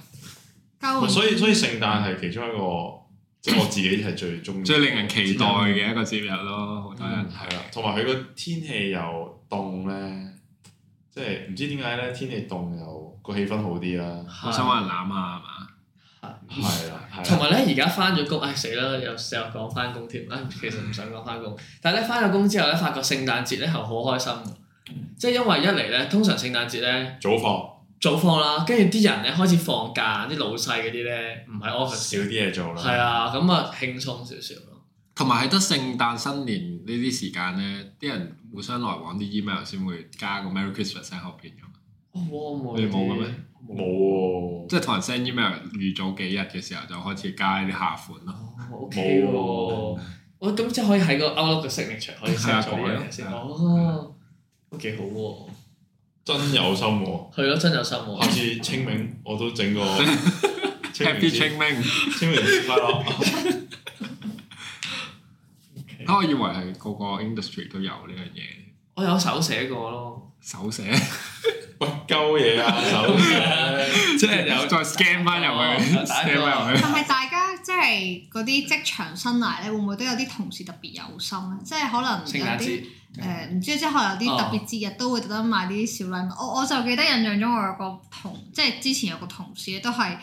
[SPEAKER 1] 交
[SPEAKER 2] 唔係
[SPEAKER 1] 換
[SPEAKER 2] 所以所以聖誕係其中一個，即係我自己係最中意，
[SPEAKER 4] 最令人期待嘅一個節日咯，好多人
[SPEAKER 2] 嗯係啦，同埋佢個天氣又凍咧，即係唔知點解咧，天氣凍又個氣氛好啲啦。
[SPEAKER 4] 好想揾人攬啊，係嘛？
[SPEAKER 2] 係啦，係啊
[SPEAKER 3] 同
[SPEAKER 2] 啦。
[SPEAKER 3] 埋咧，而家翻咗工，唉死啦！又又講翻工添，唉其實唔想講翻工，但係咧翻咗工之後咧，發覺聖誕節咧係好開心嘅，
[SPEAKER 4] 嗯
[SPEAKER 3] 即係因為一嚟咧，通常聖誕節咧
[SPEAKER 2] 早放
[SPEAKER 3] 早放啦，跟住啲人咧開始放假，啲老細嗰啲咧唔喺
[SPEAKER 2] 少
[SPEAKER 3] office，
[SPEAKER 2] 啲嘢做啦。
[SPEAKER 3] 啊係啊，咁啊輕鬆少少咯。
[SPEAKER 4] 同埋係得聖誕新年呢啲時間咧，啲人互相來往啲 email 先會加個 Merry Christmas 喺後邊㗎嘛，
[SPEAKER 3] 我冇
[SPEAKER 4] 你哋哦冇啊嘅咩？
[SPEAKER 2] 冇喎，
[SPEAKER 4] 即係同人 send email 預早幾日嘅時候就開始加呢啲下款咯。
[SPEAKER 3] 哦，OK
[SPEAKER 2] 冇
[SPEAKER 3] 喎。
[SPEAKER 2] 喎，
[SPEAKER 3] 我咁即係可以喺個 Outlook 嘅 signature 可以 set 咗呢樣嘢先。
[SPEAKER 4] 啊係啊
[SPEAKER 3] 哦，都幾好喎。
[SPEAKER 2] 真有心喎！
[SPEAKER 3] 係咯，真有心
[SPEAKER 2] 下
[SPEAKER 4] 啊
[SPEAKER 3] 喎。
[SPEAKER 2] 次清明我都 整個清明
[SPEAKER 4] Happy
[SPEAKER 2] 節
[SPEAKER 4] 清明，
[SPEAKER 2] 清明節快樂。
[SPEAKER 4] 啊我以為係個個 industry 都有呢樣嘢，
[SPEAKER 3] 我有手寫過咯，
[SPEAKER 4] 手寫
[SPEAKER 2] 喂，鳩嘢啊，手 寫
[SPEAKER 4] 即哦
[SPEAKER 3] 係有
[SPEAKER 4] 再 scan 翻入去
[SPEAKER 3] 有打過
[SPEAKER 4] ，scan 翻入去。
[SPEAKER 1] 但係大家即係嗰啲職場生涯咧，會唔會都有啲同事特別有心咧？即係可能
[SPEAKER 3] 聖
[SPEAKER 1] 有
[SPEAKER 3] 誕
[SPEAKER 1] 啲
[SPEAKER 3] 節。哦
[SPEAKER 1] 誒唔知即係可能有啲特別節日都會特登買啲小禮物。我我就記得印象中我有個同即係之前有個同事咧，都係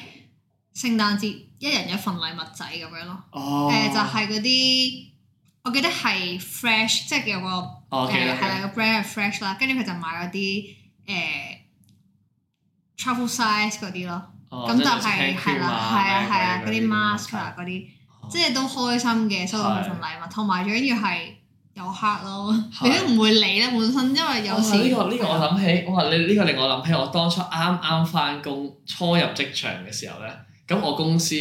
[SPEAKER 1] 聖誕節一人一份禮物仔咁樣咯。誒、
[SPEAKER 3] 哦。
[SPEAKER 1] 就係嗰啲我記得係 Fresh，即係有個。
[SPEAKER 3] 哦，記
[SPEAKER 1] 誒
[SPEAKER 3] 得
[SPEAKER 1] 係啦，個 brand 係 fresh 啦，跟住佢就買嗰啲誒 travel size 嗰啲咯，
[SPEAKER 3] 哦
[SPEAKER 1] 咁就
[SPEAKER 3] 即係
[SPEAKER 1] 係係
[SPEAKER 3] 有 hand cream
[SPEAKER 1] 啦，
[SPEAKER 3] 啊
[SPEAKER 1] 係啊係啊，嗰啲 mask
[SPEAKER 3] 啊
[SPEAKER 1] 啊嗰啲，
[SPEAKER 3] 哦
[SPEAKER 1] 即係都開心嘅收到佢份禮物，同埋最緊要係有客咯，
[SPEAKER 3] 係
[SPEAKER 1] 你都唔會理咧本身，因為有時
[SPEAKER 3] 哦呢個呢個我諗起，哇！你呢個令我諗起我當初啱啱翻工初入職場嘅時候咧，咁我公司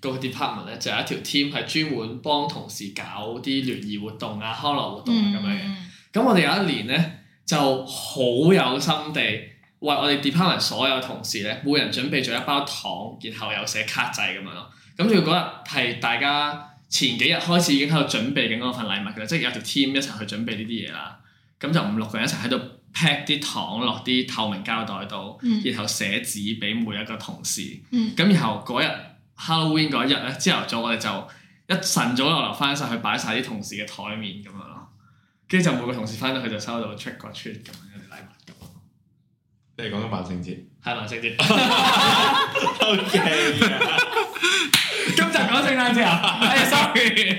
[SPEAKER 3] 個 department 咧就有一條 team 係專門幫同事搞啲聯誼活動啊、康樂活動啊咁樣嘅。
[SPEAKER 1] 嗯
[SPEAKER 3] 咁我哋有一年咧就好有心地為我哋 department 所有同事咧，每人準備咗一包糖，然後有寫卡仔咁樣咯。咁仲要嗰日係大家前幾日開始已經喺度準備緊嗰份禮物㗎啦，即係有條 team 一齊去準備呢啲嘢啦。咁就五六個人一齊喺度 pack 啲糖落啲透明膠袋度，
[SPEAKER 1] 嗯
[SPEAKER 3] 然後寫紙俾每一個同事。
[SPEAKER 1] 嗯
[SPEAKER 3] 咁然後嗰日 Halloween 嗰一日咧，朝頭早我哋就一晨早就留翻晒去擺晒啲同事嘅台面咁樣咯，跟住就每個同事翻到去就收到 trick or treat 咁樣嘅禮物咁咯，
[SPEAKER 2] 你係講緊萬聖節
[SPEAKER 3] 係咪聖節？
[SPEAKER 2] ？O
[SPEAKER 3] 啊
[SPEAKER 2] K，
[SPEAKER 3] 今集講聖誕節啊！哎呀，sorry，
[SPEAKER 1] 嗯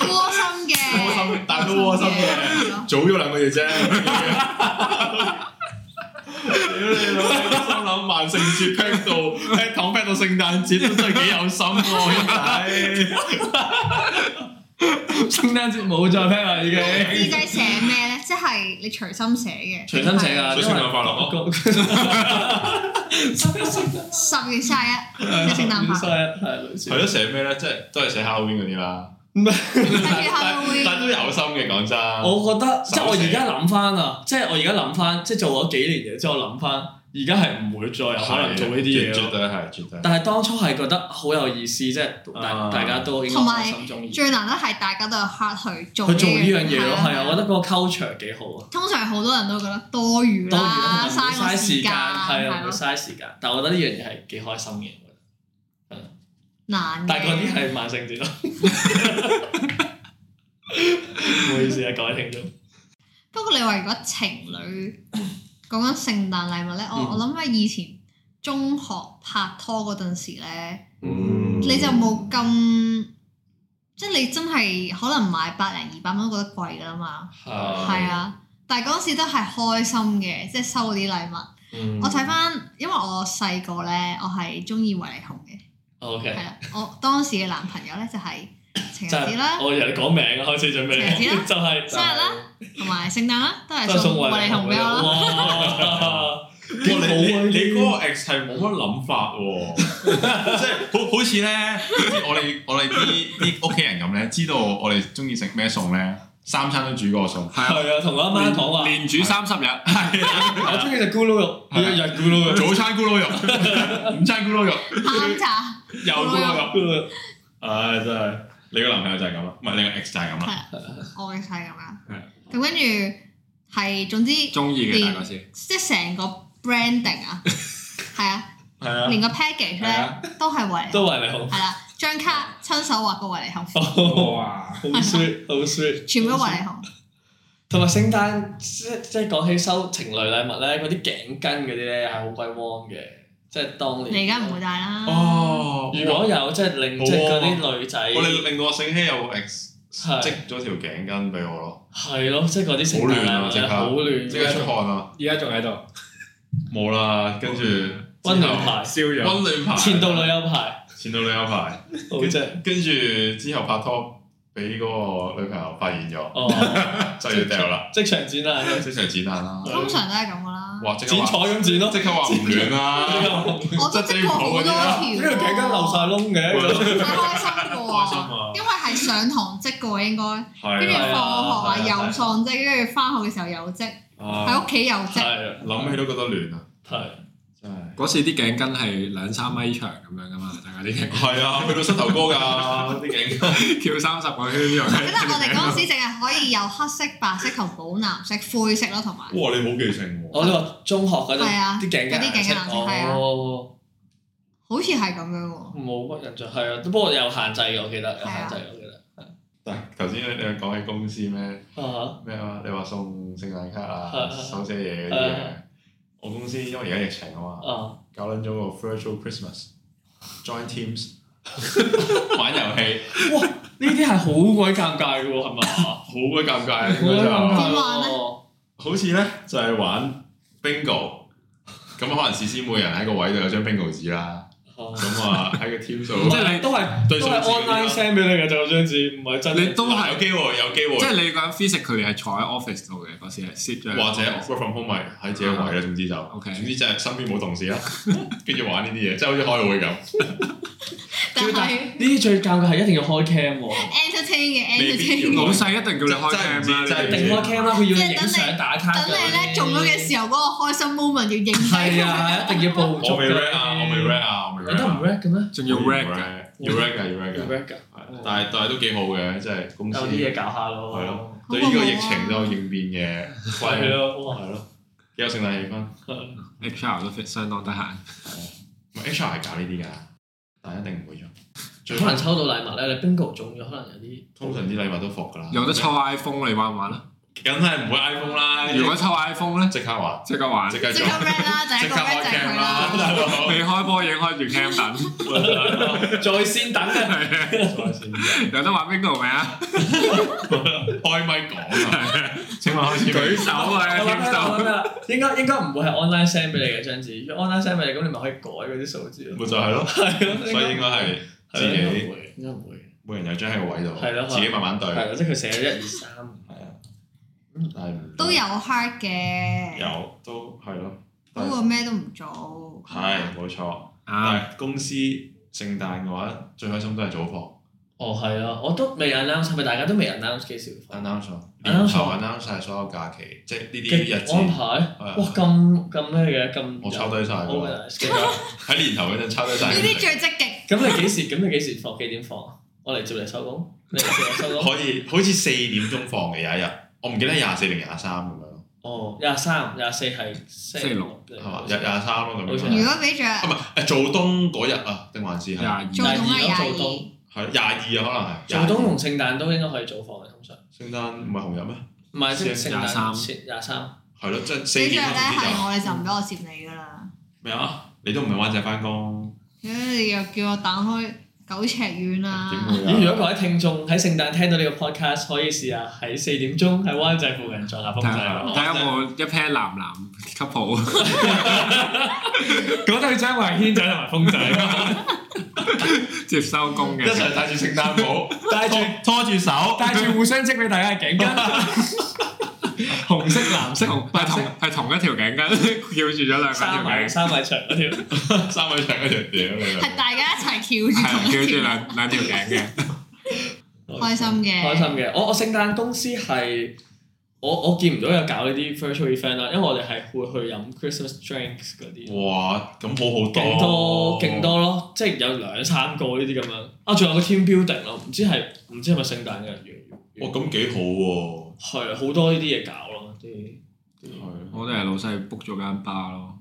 [SPEAKER 1] 窩心嘅，
[SPEAKER 2] 窩心但都窩心嘅
[SPEAKER 1] 係咯
[SPEAKER 2] 早咗兩個月啫。屌你老味！心諗萬聖節 pack 到 pack 糖 pack 到聖誕節都真係幾有心喎，兄弟。
[SPEAKER 3] 聖誕節冇再聽啦已經。
[SPEAKER 1] 字仔寫咩咧？即係你隨心寫嘅，
[SPEAKER 3] 隨身寫啊！
[SPEAKER 2] 所以聖誕快樂咯
[SPEAKER 3] 咯！
[SPEAKER 1] 十月三十一，即係聖誕
[SPEAKER 3] 快
[SPEAKER 1] 快樂，
[SPEAKER 3] 樂，係類似
[SPEAKER 2] 係。咯，寫咩咧？即係都係寫 Halloween 嗰啲啦，
[SPEAKER 1] 跟住
[SPEAKER 2] 但
[SPEAKER 1] Halloween
[SPEAKER 2] 但都有心嘅講真。
[SPEAKER 3] 我覺得即係我
[SPEAKER 2] 啊手寫
[SPEAKER 3] 而家諗翻啊，即係我而家諗翻，即係做咗幾年嘢之後諗翻，而家係唔會再有可能做呢啲嘢
[SPEAKER 2] 啊絕
[SPEAKER 3] 咯。
[SPEAKER 2] 對係，絕對係。
[SPEAKER 3] 但係當初係覺得好有意思，即係大
[SPEAKER 2] 啊
[SPEAKER 3] 大家都應該
[SPEAKER 1] 同埋
[SPEAKER 3] 開心中意去
[SPEAKER 1] 最難得係大家都有客去做
[SPEAKER 3] 做呢樣嘢咯。係
[SPEAKER 1] 係
[SPEAKER 3] 啊，我覺得嗰個 culture 幾好啊，
[SPEAKER 1] 通常好多人都覺得多餘
[SPEAKER 3] 多餘啦
[SPEAKER 1] 啦，，
[SPEAKER 3] 同埋
[SPEAKER 1] 啊
[SPEAKER 3] 唔會
[SPEAKER 1] 個
[SPEAKER 3] 嘥時間，係啊，
[SPEAKER 1] 係
[SPEAKER 3] 唔會
[SPEAKER 1] 咯，
[SPEAKER 3] 嘥時間。但係我覺得呢樣嘢係幾開心嘅，
[SPEAKER 1] 難嘅。
[SPEAKER 3] 但係嗰啲係萬聖節咯。 唔好意思啊，各位聽眾。
[SPEAKER 1] 不過你話如果情侶 講緊聖誕禮物咧，我
[SPEAKER 3] 嗯
[SPEAKER 1] 我諗起以前中學拍拖嗰陣時咧，
[SPEAKER 2] 嗯
[SPEAKER 1] 你就冇咁，即係你真係可能買百零二百蚊覺得貴㗎啦嘛，
[SPEAKER 3] 係
[SPEAKER 1] 係啊。但係嗰陣時都係開心嘅，即係收嗰啲禮物。
[SPEAKER 2] 嗯
[SPEAKER 1] 我睇翻，因為我細個咧，我係中意維尼熊嘅。
[SPEAKER 3] OK，
[SPEAKER 1] 係啦，啊我當時嘅男朋友咧就係情
[SPEAKER 3] 就
[SPEAKER 1] 人節啦
[SPEAKER 3] 係，我由你講名啊，開始準備
[SPEAKER 1] 情人節啦
[SPEAKER 3] 就係
[SPEAKER 1] 生日啦，同埋聖誕啦，都係
[SPEAKER 3] 都係
[SPEAKER 1] 送
[SPEAKER 3] 送
[SPEAKER 1] 維
[SPEAKER 3] 維
[SPEAKER 1] 尼
[SPEAKER 3] 尼
[SPEAKER 1] 熊俾我啦。
[SPEAKER 3] 啦。
[SPEAKER 1] 嗯
[SPEAKER 2] 哇！啊你你你嗰個 ex 係冇乜諗法喎，即係好好似咧，好似我哋我哋啲啲屋企人咁咧，知道我哋中意食咩餸咧，三餐都煮嗰個餸。
[SPEAKER 4] 係啊，
[SPEAKER 3] 係啊，同我阿媽講話，
[SPEAKER 4] 連煮三十日，
[SPEAKER 3] 我中意食咕嚕肉，
[SPEAKER 2] 係啊
[SPEAKER 3] 日日咕嚕肉，
[SPEAKER 2] 早餐咕 嚕肉，午餐咕嚕肉，
[SPEAKER 1] 啱 茶啊
[SPEAKER 2] 又
[SPEAKER 1] 咕嚕肉
[SPEAKER 2] 肉。唉，真係你個男朋友就係咁啦，唔係你個 ex 就係咁啦。
[SPEAKER 1] 我嘅係咁樣
[SPEAKER 4] 係。
[SPEAKER 1] 咁跟住係總之，即
[SPEAKER 4] 中意嘅大家先。
[SPEAKER 1] 係成個 branding 啊，係啊，
[SPEAKER 2] 係啊
[SPEAKER 1] 連個 package
[SPEAKER 2] 係
[SPEAKER 1] 咧
[SPEAKER 2] 啊
[SPEAKER 1] 都係維尼熊，
[SPEAKER 3] 都為你好，
[SPEAKER 1] 係啦，張卡親手畫個維尼熊，
[SPEAKER 2] 哦
[SPEAKER 3] 好
[SPEAKER 4] 哇！
[SPEAKER 3] sweet，好 sweet。
[SPEAKER 1] 全部都維尼熊。
[SPEAKER 3] 同埋聖誕即即係講起收情侶禮物咧，嗰啲頸巾嗰啲咧係好鬼 warm 嘅，即係當年。
[SPEAKER 1] 你而家唔會戴啦。
[SPEAKER 2] 哦，
[SPEAKER 3] 如果有即係令
[SPEAKER 2] 好
[SPEAKER 3] 即係嗰
[SPEAKER 2] warm 啊
[SPEAKER 3] 啲女仔
[SPEAKER 2] 我哋令到我醒起有個 ex
[SPEAKER 3] 係
[SPEAKER 2] 織咗條頸巾俾我咯，
[SPEAKER 3] 係咯，即係嗰啲聖誕禮物咧好
[SPEAKER 2] 好啊
[SPEAKER 3] 暖，
[SPEAKER 2] 即刻出汗啊！
[SPEAKER 4] 而家仲喺度
[SPEAKER 2] 冇啦，跟住
[SPEAKER 3] 溫暖牌，
[SPEAKER 4] 燒咗，
[SPEAKER 2] 温暖牌，
[SPEAKER 3] 前度女友牌，
[SPEAKER 2] 前度女友牌。
[SPEAKER 3] 好正。
[SPEAKER 2] 跟住之後拍拖俾嗰個女朋友發現咗，
[SPEAKER 3] 哦，
[SPEAKER 2] 就要掉啦，
[SPEAKER 3] 即場展啊啦，
[SPEAKER 2] 即場剪爛啦，
[SPEAKER 1] 通常都係咁噶啦。
[SPEAKER 2] 哇！即刻
[SPEAKER 3] 剪彩
[SPEAKER 2] 話
[SPEAKER 3] 咁剪咯，
[SPEAKER 2] 即刻話唔亂啦，
[SPEAKER 1] 我都識過好多條
[SPEAKER 3] 啊呢
[SPEAKER 1] 喎，
[SPEAKER 3] 個頸巾漏晒窿
[SPEAKER 2] 啊
[SPEAKER 3] 嘅，
[SPEAKER 1] 係開心
[SPEAKER 2] 開心
[SPEAKER 1] 過，
[SPEAKER 2] 啊，
[SPEAKER 1] 因為係上堂積過應該，跟住
[SPEAKER 2] 係
[SPEAKER 1] 放
[SPEAKER 2] 啊
[SPEAKER 1] 學啊
[SPEAKER 3] 係啊
[SPEAKER 1] 又喪積，跟住翻學嘅時候又積，喺
[SPEAKER 2] 啊，
[SPEAKER 1] 屋企又積，
[SPEAKER 3] 係啊，
[SPEAKER 2] 諗起都覺得亂啊，
[SPEAKER 3] 係
[SPEAKER 2] 真係
[SPEAKER 4] 嗰次啲頸巾係兩三米長咁樣噶嘛， 大家啲頸
[SPEAKER 2] 係啊，去到膝頭哥㗎啲頸，
[SPEAKER 4] 巾跳三十個圈又
[SPEAKER 1] 我記得我哋嗰陣時淨係可以有黑色、白色同寶藍色、灰色咯，同埋
[SPEAKER 2] 哇！你好記性
[SPEAKER 3] 我
[SPEAKER 2] 喎，
[SPEAKER 3] 呢個中學嗰陣
[SPEAKER 1] 係啊
[SPEAKER 3] 啲頸
[SPEAKER 1] 嗰啲
[SPEAKER 3] 嘅
[SPEAKER 1] 頸嘅顏色係啊
[SPEAKER 3] 哦，
[SPEAKER 1] 好似係咁樣喎。
[SPEAKER 3] 冇乜印象，係啊，不過有限制嘅，我記得有限制嘅，我記得。
[SPEAKER 2] 但係頭先你講起公司咩？
[SPEAKER 3] 啊
[SPEAKER 2] 咩啊？你話送聖誕卡
[SPEAKER 3] 係
[SPEAKER 2] 啊、
[SPEAKER 3] 係
[SPEAKER 2] 手寫嘢嗰
[SPEAKER 3] 係
[SPEAKER 2] 啲
[SPEAKER 3] 係
[SPEAKER 2] 嘢，我公司因為而家疫情啊嘛，
[SPEAKER 3] 啊，
[SPEAKER 2] 搞撚咗個 virtual Christmas，join teams 玩遊戲，
[SPEAKER 3] 哇！呢啲係好鬼尷尬嘅喎，係嘛？
[SPEAKER 2] 好鬼尷尬啊！
[SPEAKER 3] 好
[SPEAKER 2] 應該
[SPEAKER 3] 鬼尷
[SPEAKER 2] 就
[SPEAKER 1] 點玩
[SPEAKER 3] 尬
[SPEAKER 1] 咧
[SPEAKER 3] 喎。
[SPEAKER 2] 好似咧就係玩 bingo，咁可能事先每人喺個位度有張 bingo 紙啦，
[SPEAKER 3] 哦
[SPEAKER 2] 咁 啊喺個 team
[SPEAKER 3] 即
[SPEAKER 2] 度，
[SPEAKER 3] 係你都係
[SPEAKER 2] 對
[SPEAKER 3] 都係
[SPEAKER 2] 上次嗰啲啦
[SPEAKER 3] online send 俾你嘅就嗰張紙，唔係真。
[SPEAKER 4] 你都係
[SPEAKER 2] 啊有機會有機
[SPEAKER 4] 即
[SPEAKER 2] 會，
[SPEAKER 4] 係你個人 physics 佢哋係坐喺 office 度嘅嗰時係 sit 咗喺
[SPEAKER 2] 或者
[SPEAKER 4] office
[SPEAKER 2] work from home 咪喺自己
[SPEAKER 3] 啊
[SPEAKER 2] 個位啦，總之就
[SPEAKER 4] OK
[SPEAKER 2] 總之就係身邊冇同事啦，跟住玩呢啲嘢，即係好似開會咁。
[SPEAKER 1] 但
[SPEAKER 3] 最大
[SPEAKER 1] 係
[SPEAKER 3] 呢啲最尷尬係一定要開 cam 喎，
[SPEAKER 1] entertain 嘅
[SPEAKER 2] 未必
[SPEAKER 1] entertain
[SPEAKER 2] 要
[SPEAKER 1] 嘅。
[SPEAKER 4] 老細一定叫你開
[SPEAKER 2] 真係唔知
[SPEAKER 4] cam 啦，
[SPEAKER 2] 真係
[SPEAKER 3] 一
[SPEAKER 2] 唔知
[SPEAKER 3] 定開 cam 啦，佢
[SPEAKER 1] 即
[SPEAKER 3] 要
[SPEAKER 1] 係
[SPEAKER 3] 影
[SPEAKER 1] 等你
[SPEAKER 3] 相打卡㗎。
[SPEAKER 1] 等你咧中咗嘅時候嗰個開心 moment 要影低
[SPEAKER 3] 係
[SPEAKER 1] 佢。
[SPEAKER 3] 啊，一定要捕
[SPEAKER 2] 我
[SPEAKER 3] 捉
[SPEAKER 2] 未
[SPEAKER 3] 㗎
[SPEAKER 2] rap 啊，我未 rap 啊，我未
[SPEAKER 3] 有得
[SPEAKER 2] rap
[SPEAKER 3] 唔
[SPEAKER 2] 啊。
[SPEAKER 3] rap 啊嘅咩？
[SPEAKER 4] 仲要 rag 㗎，
[SPEAKER 2] 要 rag 㗎，要 rap
[SPEAKER 3] 要
[SPEAKER 2] 㗎。
[SPEAKER 3] rap 㗎，
[SPEAKER 2] 係但係但係都幾好嘅，即係公司
[SPEAKER 3] 有啲
[SPEAKER 2] 對
[SPEAKER 3] 嘢搞下咯。
[SPEAKER 2] 係咯
[SPEAKER 3] 咯，
[SPEAKER 2] 呢個疫情都有應變嘅，
[SPEAKER 3] 係
[SPEAKER 2] 係
[SPEAKER 3] 咯，啊哇
[SPEAKER 2] 係咯，幾有聖誕氣氛。
[SPEAKER 4] HR 都相當得閒。
[SPEAKER 2] 唔係 HR 係搞呢啲㗎，但係一定唔會做。最
[SPEAKER 3] 可能抽到禮物咧，你 bingo 中咗，可能有啲
[SPEAKER 2] 通常啲禮物都服㗎啦，
[SPEAKER 4] 有得抽 iPhone 你玩唔玩啊？
[SPEAKER 2] 梗係唔會 iPhone 啦。
[SPEAKER 4] 如果抽 iPhone 咧，
[SPEAKER 2] 即刻玩，
[SPEAKER 4] 即刻玩
[SPEAKER 2] 即，刻
[SPEAKER 1] 即
[SPEAKER 2] 做
[SPEAKER 1] 刻，red 啦，第
[SPEAKER 2] 即
[SPEAKER 1] 一個
[SPEAKER 2] 刻
[SPEAKER 1] red
[SPEAKER 2] 開
[SPEAKER 1] 就係
[SPEAKER 2] cam
[SPEAKER 1] 佢
[SPEAKER 2] 啦，
[SPEAKER 1] 啦。
[SPEAKER 2] 大佬。
[SPEAKER 4] 未開波已經開住 cam 等，
[SPEAKER 3] 在先等啊嘅。
[SPEAKER 2] 再先
[SPEAKER 4] 有得玩 bingo 未啊？
[SPEAKER 2] 開咪講啊！請問開始未
[SPEAKER 4] 舉手啊，
[SPEAKER 3] 我諗
[SPEAKER 4] 舉
[SPEAKER 3] 緊 我諗緊
[SPEAKER 4] 手。
[SPEAKER 3] 啦，應該應該唔會係 online send 俾你嘅張紙，如果 online send 俾你，咁你咪可以改嗰啲數字咯。
[SPEAKER 2] 咪就係咯，
[SPEAKER 3] 係咯，
[SPEAKER 2] 所以應該係自
[SPEAKER 3] 係
[SPEAKER 2] 己
[SPEAKER 3] 咯應該唔會，應該唔會。
[SPEAKER 2] 每人有張喺個位
[SPEAKER 3] 係咯
[SPEAKER 2] 度，自己慢慢對。
[SPEAKER 3] 係咯，啊即係佢寫咗一二三。
[SPEAKER 2] 係啊，但係唔
[SPEAKER 1] 都有 heart 嘅，
[SPEAKER 2] 有都係咯，
[SPEAKER 1] 不過咩都唔做。
[SPEAKER 2] 係冇錯。但
[SPEAKER 4] 啊，
[SPEAKER 2] 係公司聖誕嘅話，最開心都係早放
[SPEAKER 3] 哦，係啊，我都未 announce，係咪大家都未 announce 幾時會
[SPEAKER 2] announce 咗，
[SPEAKER 3] announce
[SPEAKER 2] 年頭
[SPEAKER 3] 咗
[SPEAKER 2] announce 晒所有假期，即係呢啲日
[SPEAKER 3] 嘅安
[SPEAKER 2] 子，
[SPEAKER 3] 排？哇，咁咁咩嘅，咁
[SPEAKER 2] 我抄低晒㗎啦
[SPEAKER 3] organize 嘅。
[SPEAKER 2] 喺年頭嗰陣抄低晒
[SPEAKER 1] 呢。啲最積極，
[SPEAKER 3] 咁你幾時？咁你幾時放？幾點放啊？我嚟接你收工，你嚟接我收 工。
[SPEAKER 2] 可以好似四點鐘放嘅有一日，我唔記得廿四定廿三咁樣咯，
[SPEAKER 3] 哦，廿三、廿四係星
[SPEAKER 4] 星期
[SPEAKER 3] 六
[SPEAKER 4] 六，
[SPEAKER 2] 係嘛？廿廿三咯咁
[SPEAKER 3] 好似
[SPEAKER 2] 樣。
[SPEAKER 1] 如果俾着
[SPEAKER 2] 啊，唔係誒，做冬嗰日啊，定還是
[SPEAKER 4] 廿
[SPEAKER 2] 係
[SPEAKER 4] 二
[SPEAKER 1] 做到係廿
[SPEAKER 3] 做到
[SPEAKER 1] 二。
[SPEAKER 2] 係廿二啊？可
[SPEAKER 3] 做
[SPEAKER 2] 能係
[SPEAKER 3] 冬同聖誕都應該可以早放嘅，通常。
[SPEAKER 2] 廿二聖誕唔係紅日咩？
[SPEAKER 3] 唔係即係聖
[SPEAKER 4] 廿三
[SPEAKER 3] 誕前廿三。
[SPEAKER 2] 係咯，即係四
[SPEAKER 1] 俾着
[SPEAKER 2] 點
[SPEAKER 1] 咧
[SPEAKER 2] 鐘先
[SPEAKER 1] 啊係
[SPEAKER 2] 就
[SPEAKER 1] 我，你就唔俾我接你噶啦。
[SPEAKER 2] 咩啊？你都唔係灣仔翻工。
[SPEAKER 1] 如果你又叫我打開九尺遠啦，
[SPEAKER 2] 點
[SPEAKER 3] 咦？
[SPEAKER 2] 會
[SPEAKER 3] 如
[SPEAKER 2] 啊？
[SPEAKER 3] 果各位聽眾喺聖誕聽到呢個 podcast，可以試下喺四點鐘喺灣仔附近撞下風
[SPEAKER 4] 睇
[SPEAKER 3] 仔
[SPEAKER 4] 下
[SPEAKER 3] 咯。
[SPEAKER 4] 睇下有冇一 pair 男男 couple，
[SPEAKER 3] 嗰對將會係軒仔同埋風仔，
[SPEAKER 4] 接收工
[SPEAKER 2] 一
[SPEAKER 4] 嘅，
[SPEAKER 2] 齊戴住聖誕帽，
[SPEAKER 3] 戴住
[SPEAKER 2] 拖住手，
[SPEAKER 3] 戴住互相織俾大家嘅頸 巾，紅色、藍色、
[SPEAKER 4] 同
[SPEAKER 3] 白
[SPEAKER 4] 係
[SPEAKER 3] 色
[SPEAKER 4] 同，係同一條頸巾，翹住咗兩
[SPEAKER 3] 三
[SPEAKER 4] 條
[SPEAKER 3] 米
[SPEAKER 4] 頸，
[SPEAKER 3] 三米長嗰 條。
[SPEAKER 2] 三位長一條屌你
[SPEAKER 1] 係
[SPEAKER 2] 兩
[SPEAKER 1] 大家一齊翹住
[SPEAKER 4] 係
[SPEAKER 1] 同
[SPEAKER 4] 翹
[SPEAKER 1] 一
[SPEAKER 4] 住
[SPEAKER 1] 條，
[SPEAKER 4] 兩兩條頸嘅。
[SPEAKER 1] 開心嘅。
[SPEAKER 3] 開心嘅。我我聖誕公司係我我見唔到有搞呢啲 virtual event 啦，因為我哋係會去飲 Christmas drinks 嗰啲，
[SPEAKER 2] 個。哇，咁好好多，
[SPEAKER 3] 勁多勁，多咯，即係有兩三個呢啲咁樣。啊，仲有個 team building 咯，唔知係唔知係咪聖誕嘅人
[SPEAKER 2] 哇，
[SPEAKER 3] 員？
[SPEAKER 2] 咁幾好喎，
[SPEAKER 3] 係啊好多呢啲嘢搞咯，啲啲
[SPEAKER 4] 我哋係老細 book 咗間巴咯，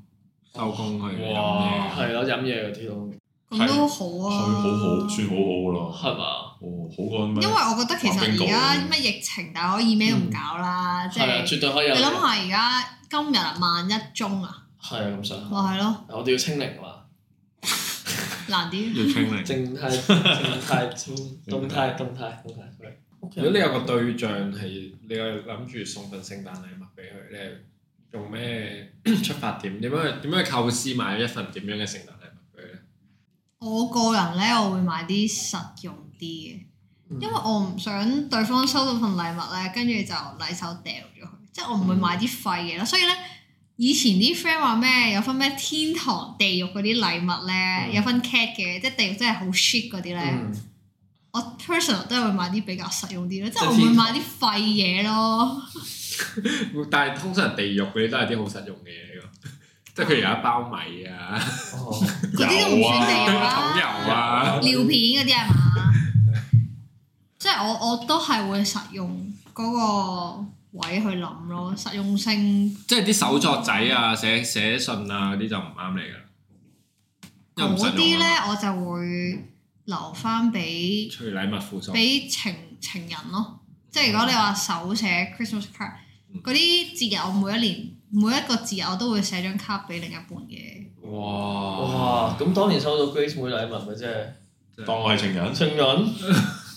[SPEAKER 4] 收工去飲
[SPEAKER 2] 哇
[SPEAKER 4] 嘢。
[SPEAKER 3] 係咯，飲嘢嗰啲咯，
[SPEAKER 1] 咁都好
[SPEAKER 2] 係
[SPEAKER 1] 啊，
[SPEAKER 2] 好好，算好好噶咯，
[SPEAKER 3] 係嘛？
[SPEAKER 2] 哦，好過咩
[SPEAKER 1] 因為？我覺得其實而家咩疫情，但係可以咩都唔搞啦，即
[SPEAKER 3] 係啊，
[SPEAKER 1] 係
[SPEAKER 3] 絕對可以
[SPEAKER 1] 你
[SPEAKER 3] 有。
[SPEAKER 1] 諗
[SPEAKER 3] 係
[SPEAKER 1] 下而家今日啊萬一宗啊，
[SPEAKER 3] 啊，咁上下。
[SPEAKER 1] 咪係咯，
[SPEAKER 3] 我哋要清零嘛，
[SPEAKER 1] 難啲。
[SPEAKER 4] 要清零。
[SPEAKER 3] 靜 態、靜態、靜動態、動態、動態。OK
[SPEAKER 5] 如果你有個對象係你係諗住送份聖誕禮物俾佢，你係用咩出發點？點樣去點樣去構思買一份點樣嘅聖誕禮物俾佢咧？
[SPEAKER 1] 我個人咧，我會買啲實用啲嘅，
[SPEAKER 3] 嗯
[SPEAKER 1] 因為我唔想對方收到份禮物咧，跟住就禮手掉咗佢，即係我唔會買啲廢
[SPEAKER 3] 嗯
[SPEAKER 1] 嘢啦。所以咧，以前啲 friend 話咩有分咩天堂、地獄嗰啲禮物咧，
[SPEAKER 3] 嗯
[SPEAKER 1] 有分 cat 嘅，即係地獄真係好 shit 嗰啲咧。
[SPEAKER 3] 嗯
[SPEAKER 1] 我 personal 都係會買啲比較實用啲咯，即
[SPEAKER 3] 即
[SPEAKER 1] 係
[SPEAKER 3] 係
[SPEAKER 1] 我唔會買啲廢嘢咯。
[SPEAKER 5] 但係通常地獄嗰啲都係啲好實用嘅嘢嚟㗎， 即係佢有一包米 啊、
[SPEAKER 3] 哦
[SPEAKER 1] 嗰啲都唔算地獄
[SPEAKER 5] 有啊
[SPEAKER 1] 啦。
[SPEAKER 5] 有啊
[SPEAKER 1] 尿片嗰啲係嘛？即係我我都係會實用嗰個位去諗咯，實用性
[SPEAKER 5] 即係啲手作仔啊、寫寫信啊嗰啲就唔啱你㗎啦，因為唔
[SPEAKER 1] 嗰
[SPEAKER 5] 實
[SPEAKER 1] 啲
[SPEAKER 5] 用
[SPEAKER 1] 咧
[SPEAKER 5] 啊嘛，
[SPEAKER 1] 我就會留翻俾
[SPEAKER 5] 除禮物附送。
[SPEAKER 1] 俾情情人咯。即係如果你話手寫 Christmas card
[SPEAKER 5] 嗯
[SPEAKER 1] 嗰啲節日，我每一年每一個節日我都會寫張卡俾另一半嘅。
[SPEAKER 5] 哇！
[SPEAKER 3] 哇！咁當年收到 Grace 妹禮物咪即係
[SPEAKER 2] 當我係情人，
[SPEAKER 3] 情人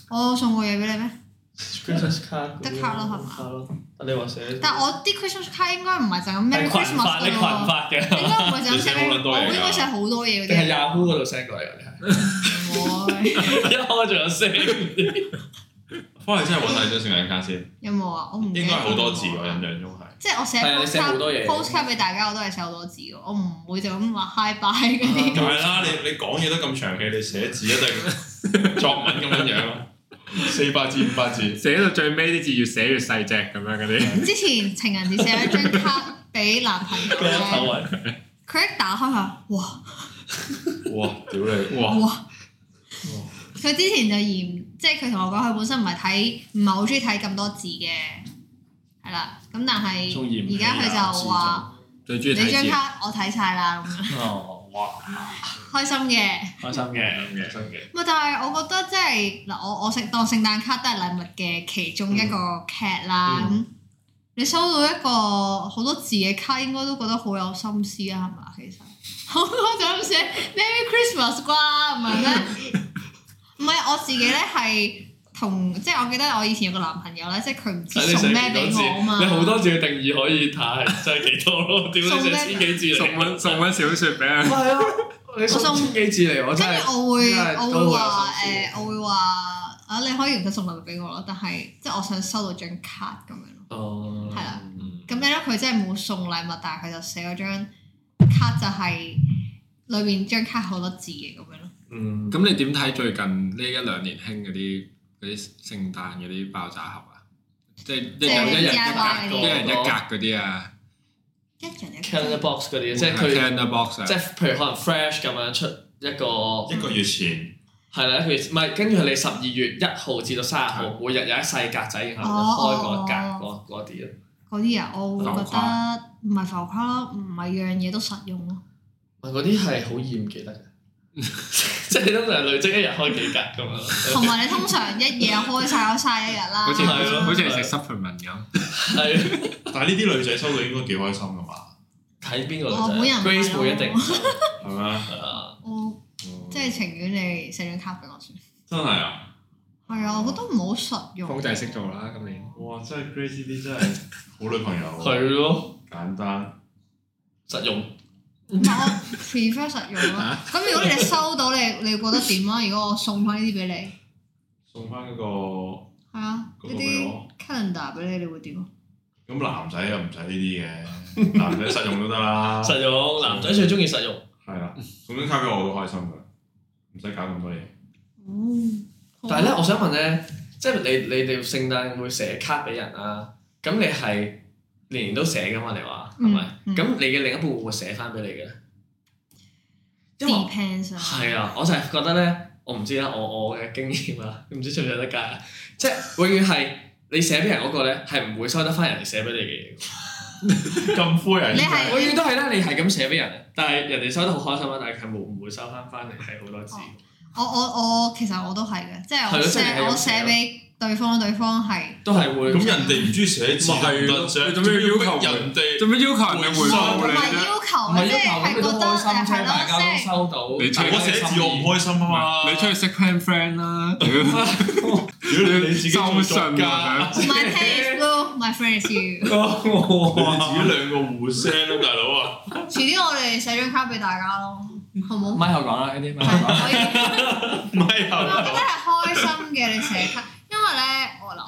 [SPEAKER 1] 我送過嘢俾你咩？
[SPEAKER 3] Christmas card
[SPEAKER 1] 得卡咯係嘛
[SPEAKER 3] 卡咯，但你話寫
[SPEAKER 1] 但我啲 Christmas card 應該唔係就咁 Merry
[SPEAKER 3] 係群
[SPEAKER 1] Christmas
[SPEAKER 3] 發你
[SPEAKER 1] 㗎
[SPEAKER 3] 群
[SPEAKER 1] 喎。
[SPEAKER 3] 發嘅，
[SPEAKER 1] 應該唔會就咁寫
[SPEAKER 2] 你寫好撚多嘢㗎
[SPEAKER 1] 我應該寫好多嘢嗰
[SPEAKER 3] 定係
[SPEAKER 1] 啲。
[SPEAKER 3] Yahoo 嗰度 send 過嚟啊㗎？ 你
[SPEAKER 1] 唔會
[SPEAKER 3] 係一開就有 send，
[SPEAKER 2] 翻嚟真係揾下你張聖誕卡先，
[SPEAKER 1] 有冇啊？我唔記得
[SPEAKER 2] 應該係好多字
[SPEAKER 1] 有
[SPEAKER 2] 喎，
[SPEAKER 1] 冇啊
[SPEAKER 2] 印象中係。
[SPEAKER 1] 即係我寫
[SPEAKER 3] 係啊你寫好多
[SPEAKER 1] postcard
[SPEAKER 3] 嘢
[SPEAKER 1] postcard 俾大家，我都係寫好多字嘅。我唔會就咁話 hi bye 嗰啲。
[SPEAKER 2] 咁係啦，你你講嘢都咁長氣，你寫字一定 作文咁樣樣，四百字五百字。
[SPEAKER 5] 寫到最尾啲字越寫越細隻咁樣嗰啲，
[SPEAKER 1] 之前情人節寫咗張卡俾男朋友
[SPEAKER 3] 個 頭
[SPEAKER 1] 咧，
[SPEAKER 3] 圍。
[SPEAKER 1] 佢一打開佢話：哇
[SPEAKER 2] 哇！屌你！哇！
[SPEAKER 1] 哇！佢之前就嫌，即係佢同我講，佢本身唔係睇，唔係好中意睇咁多字嘅，係啦。咁但係
[SPEAKER 3] 仲嫌
[SPEAKER 1] 而家佢就話：
[SPEAKER 5] 最中意
[SPEAKER 1] 你
[SPEAKER 5] 睇
[SPEAKER 1] 張
[SPEAKER 5] 字。
[SPEAKER 1] 卡我睇晒啦，咁樣
[SPEAKER 3] 哦，哇！
[SPEAKER 1] 開心嘅。
[SPEAKER 3] 開心嘅，開心嘅。
[SPEAKER 1] 唔係，但係我覺得即係嗱，我我聖當聖誕卡都係禮物嘅其中一個
[SPEAKER 3] 嗯
[SPEAKER 1] cat 啦。咁、你收到一個好多字嘅卡，應該都覺得好有心思啊，係嘛？其實 好多就咁寫 Merry Christmas 啩，唔係咩？ 唔係我自己咧係同即係我記得我以前有個男朋友咧，即係佢唔知
[SPEAKER 3] 睇你
[SPEAKER 1] 送
[SPEAKER 3] 寫
[SPEAKER 1] 咩
[SPEAKER 3] 幾多
[SPEAKER 1] 俾
[SPEAKER 3] 字，
[SPEAKER 1] 我啊嘛。
[SPEAKER 3] 你好多字嘅定義可以睇係真係幾 多咯？屌你
[SPEAKER 1] 送咩
[SPEAKER 3] 寫千幾字嚟，
[SPEAKER 5] 送本送本小説俾
[SPEAKER 3] 唔
[SPEAKER 5] 佢，
[SPEAKER 3] 係啊！你送千幾字嚟，我真
[SPEAKER 1] 跟
[SPEAKER 3] 係
[SPEAKER 1] 住我會
[SPEAKER 3] 真係
[SPEAKER 1] 我
[SPEAKER 3] 都
[SPEAKER 1] 會
[SPEAKER 3] 會有
[SPEAKER 1] 話
[SPEAKER 3] 心思
[SPEAKER 1] 誒，我會話啊，你可以唔使送禮物俾我咯，但係即係我想收到張卡咁樣咯。
[SPEAKER 3] 哦，
[SPEAKER 1] 係啦
[SPEAKER 5] 嗯
[SPEAKER 1] 咁你咧佢真係冇送禮物，但係佢就寫咗張卡就係裏邊張卡好多字嘅咁樣咯。
[SPEAKER 3] 嗯，
[SPEAKER 5] 咁你點睇最近呢一兩年興嗰啲嗰啲聖誕嗰啲爆炸盒啊？即係一人一人一格，一人一格嗰啲啊
[SPEAKER 1] 一人一
[SPEAKER 3] calendar box 嗰啲，即係佢
[SPEAKER 5] ，calendar box 啊
[SPEAKER 3] 即係譬如可能 fresh 咁樣出一個
[SPEAKER 2] 一個月前
[SPEAKER 3] 係啦，一個月唔係跟住你十二月一號至到三
[SPEAKER 1] 啊
[SPEAKER 3] 十號，每日有一細格仔，然
[SPEAKER 1] 哦
[SPEAKER 3] 後就開嗰一格嗰嗰啲咯。
[SPEAKER 1] 嗰啲啊，我會覺
[SPEAKER 5] 浮
[SPEAKER 1] 得唔係浮誇咯，唔係樣嘢都實用 咯。
[SPEAKER 3] 唔係嗰啲係好易唔記得嘅， 即係你通常累積一日開幾格咁樣。
[SPEAKER 1] 同埋你通常一夜開晒嗰晒一日啦。
[SPEAKER 5] 好似
[SPEAKER 3] 係咯
[SPEAKER 5] 好似係食 supplement 咁。
[SPEAKER 3] 係。
[SPEAKER 2] 但係呢啲女仔收到應該幾開心㗎嘛，
[SPEAKER 3] 睇邊個
[SPEAKER 1] 我本哦
[SPEAKER 3] 女
[SPEAKER 1] 人
[SPEAKER 3] 仔啊
[SPEAKER 1] 唔係
[SPEAKER 3] ？Grace
[SPEAKER 1] 咯
[SPEAKER 3] 會一定唔係
[SPEAKER 2] 係咪啊？
[SPEAKER 3] 啊！
[SPEAKER 1] 我即係情願你寫張卡俾我算。
[SPEAKER 2] 真係啊！
[SPEAKER 1] 係啊，我覺得唔好實用。
[SPEAKER 5] 方仔識做啦，今年。
[SPEAKER 2] 哇！真係 Grace 呢啲真係好女朋友喎，
[SPEAKER 3] 係咯，
[SPEAKER 2] 簡單。
[SPEAKER 3] 實用
[SPEAKER 1] 唔係我 prefer 實用咯。咁如果你哋收到你，你覺得點啊？如果我送翻呢啲俾你，
[SPEAKER 2] 送翻嗰個
[SPEAKER 1] 係啊，
[SPEAKER 2] 嗰
[SPEAKER 1] 呢
[SPEAKER 2] 個俾我
[SPEAKER 1] 啲 calendar 俾你，你會點啊？
[SPEAKER 2] 咁男仔又唔使呢啲嘅，男仔實用都得啦。
[SPEAKER 3] 實用，男仔最中意實用，
[SPEAKER 2] 係 啦，送張卡俾我我都開心㗎，唔使搞咁多嘢。
[SPEAKER 3] 啊
[SPEAKER 1] 哦，
[SPEAKER 3] 但係咧，我想問咧，即係你你哋聖誕會寫卡俾人啊？咁你係年年都寫噶嘛？你話係咪？
[SPEAKER 1] 嗯嗯
[SPEAKER 3] 咁你嘅另一半會唔會寫翻俾你嘅咧？因為
[SPEAKER 1] depends 啊，
[SPEAKER 3] 係啊，我就係覺得咧，我唔知啦，我我嘅經驗啦， 唔知出唔出得街啊，即係永遠係你寫俾人嗰個咧，係唔會收得翻人哋寫俾你嘅嘢嘅。
[SPEAKER 2] 咁灰啊！
[SPEAKER 1] 你
[SPEAKER 2] 依家
[SPEAKER 1] 係
[SPEAKER 3] 永遠都係啦，你係咁寫俾人，但係人哋收得好開心啦，但係佢冇唔會收翻翻嚟係好多字。
[SPEAKER 1] 我我我其實我都係嘅，即係
[SPEAKER 3] 係
[SPEAKER 1] 我
[SPEAKER 3] 咯即係你
[SPEAKER 1] 寫
[SPEAKER 3] 係啊咁
[SPEAKER 1] 我寫俾對方，對方係
[SPEAKER 3] 都係會
[SPEAKER 2] 咁人哋唔中意寫字，
[SPEAKER 5] 咪係咯
[SPEAKER 2] 唔得啫
[SPEAKER 5] 你做咩要求
[SPEAKER 2] 仲逼人哋？
[SPEAKER 5] 做咩要求人哋回
[SPEAKER 1] 唔
[SPEAKER 5] 報
[SPEAKER 1] 係
[SPEAKER 5] 你啫？啊
[SPEAKER 1] 要
[SPEAKER 3] 啊唔
[SPEAKER 1] 求
[SPEAKER 3] 係
[SPEAKER 1] 嘅，
[SPEAKER 3] 要
[SPEAKER 1] 哦即係
[SPEAKER 3] 求咁，
[SPEAKER 1] 係
[SPEAKER 3] 佢
[SPEAKER 1] 覺
[SPEAKER 3] 都
[SPEAKER 1] 得
[SPEAKER 3] 開心
[SPEAKER 1] 誒
[SPEAKER 3] 啫，
[SPEAKER 1] 係
[SPEAKER 3] 大家
[SPEAKER 1] 咯，
[SPEAKER 3] 都
[SPEAKER 1] 即係
[SPEAKER 3] 收到。
[SPEAKER 5] 你出
[SPEAKER 3] 大
[SPEAKER 5] 去
[SPEAKER 2] 我
[SPEAKER 3] 家都
[SPEAKER 2] 寫字
[SPEAKER 3] 心意
[SPEAKER 2] 我 唔開心啊嘛！
[SPEAKER 5] 你出去識 plan friend 啦，屌
[SPEAKER 2] 如果你自己做
[SPEAKER 5] 收
[SPEAKER 2] 作家，
[SPEAKER 5] 信啊！
[SPEAKER 3] 寫
[SPEAKER 1] my page blue my friend is you。
[SPEAKER 2] 你
[SPEAKER 3] 哇
[SPEAKER 2] 自己兩個互聲啦，大佬啊！
[SPEAKER 1] 遲啲我哋寫張卡俾大家 咯，好冇？
[SPEAKER 3] 咪後講啦，呢啲咪
[SPEAKER 1] 係可以，
[SPEAKER 2] 咪後
[SPEAKER 1] 我覺得係開心嘅，你寫卡，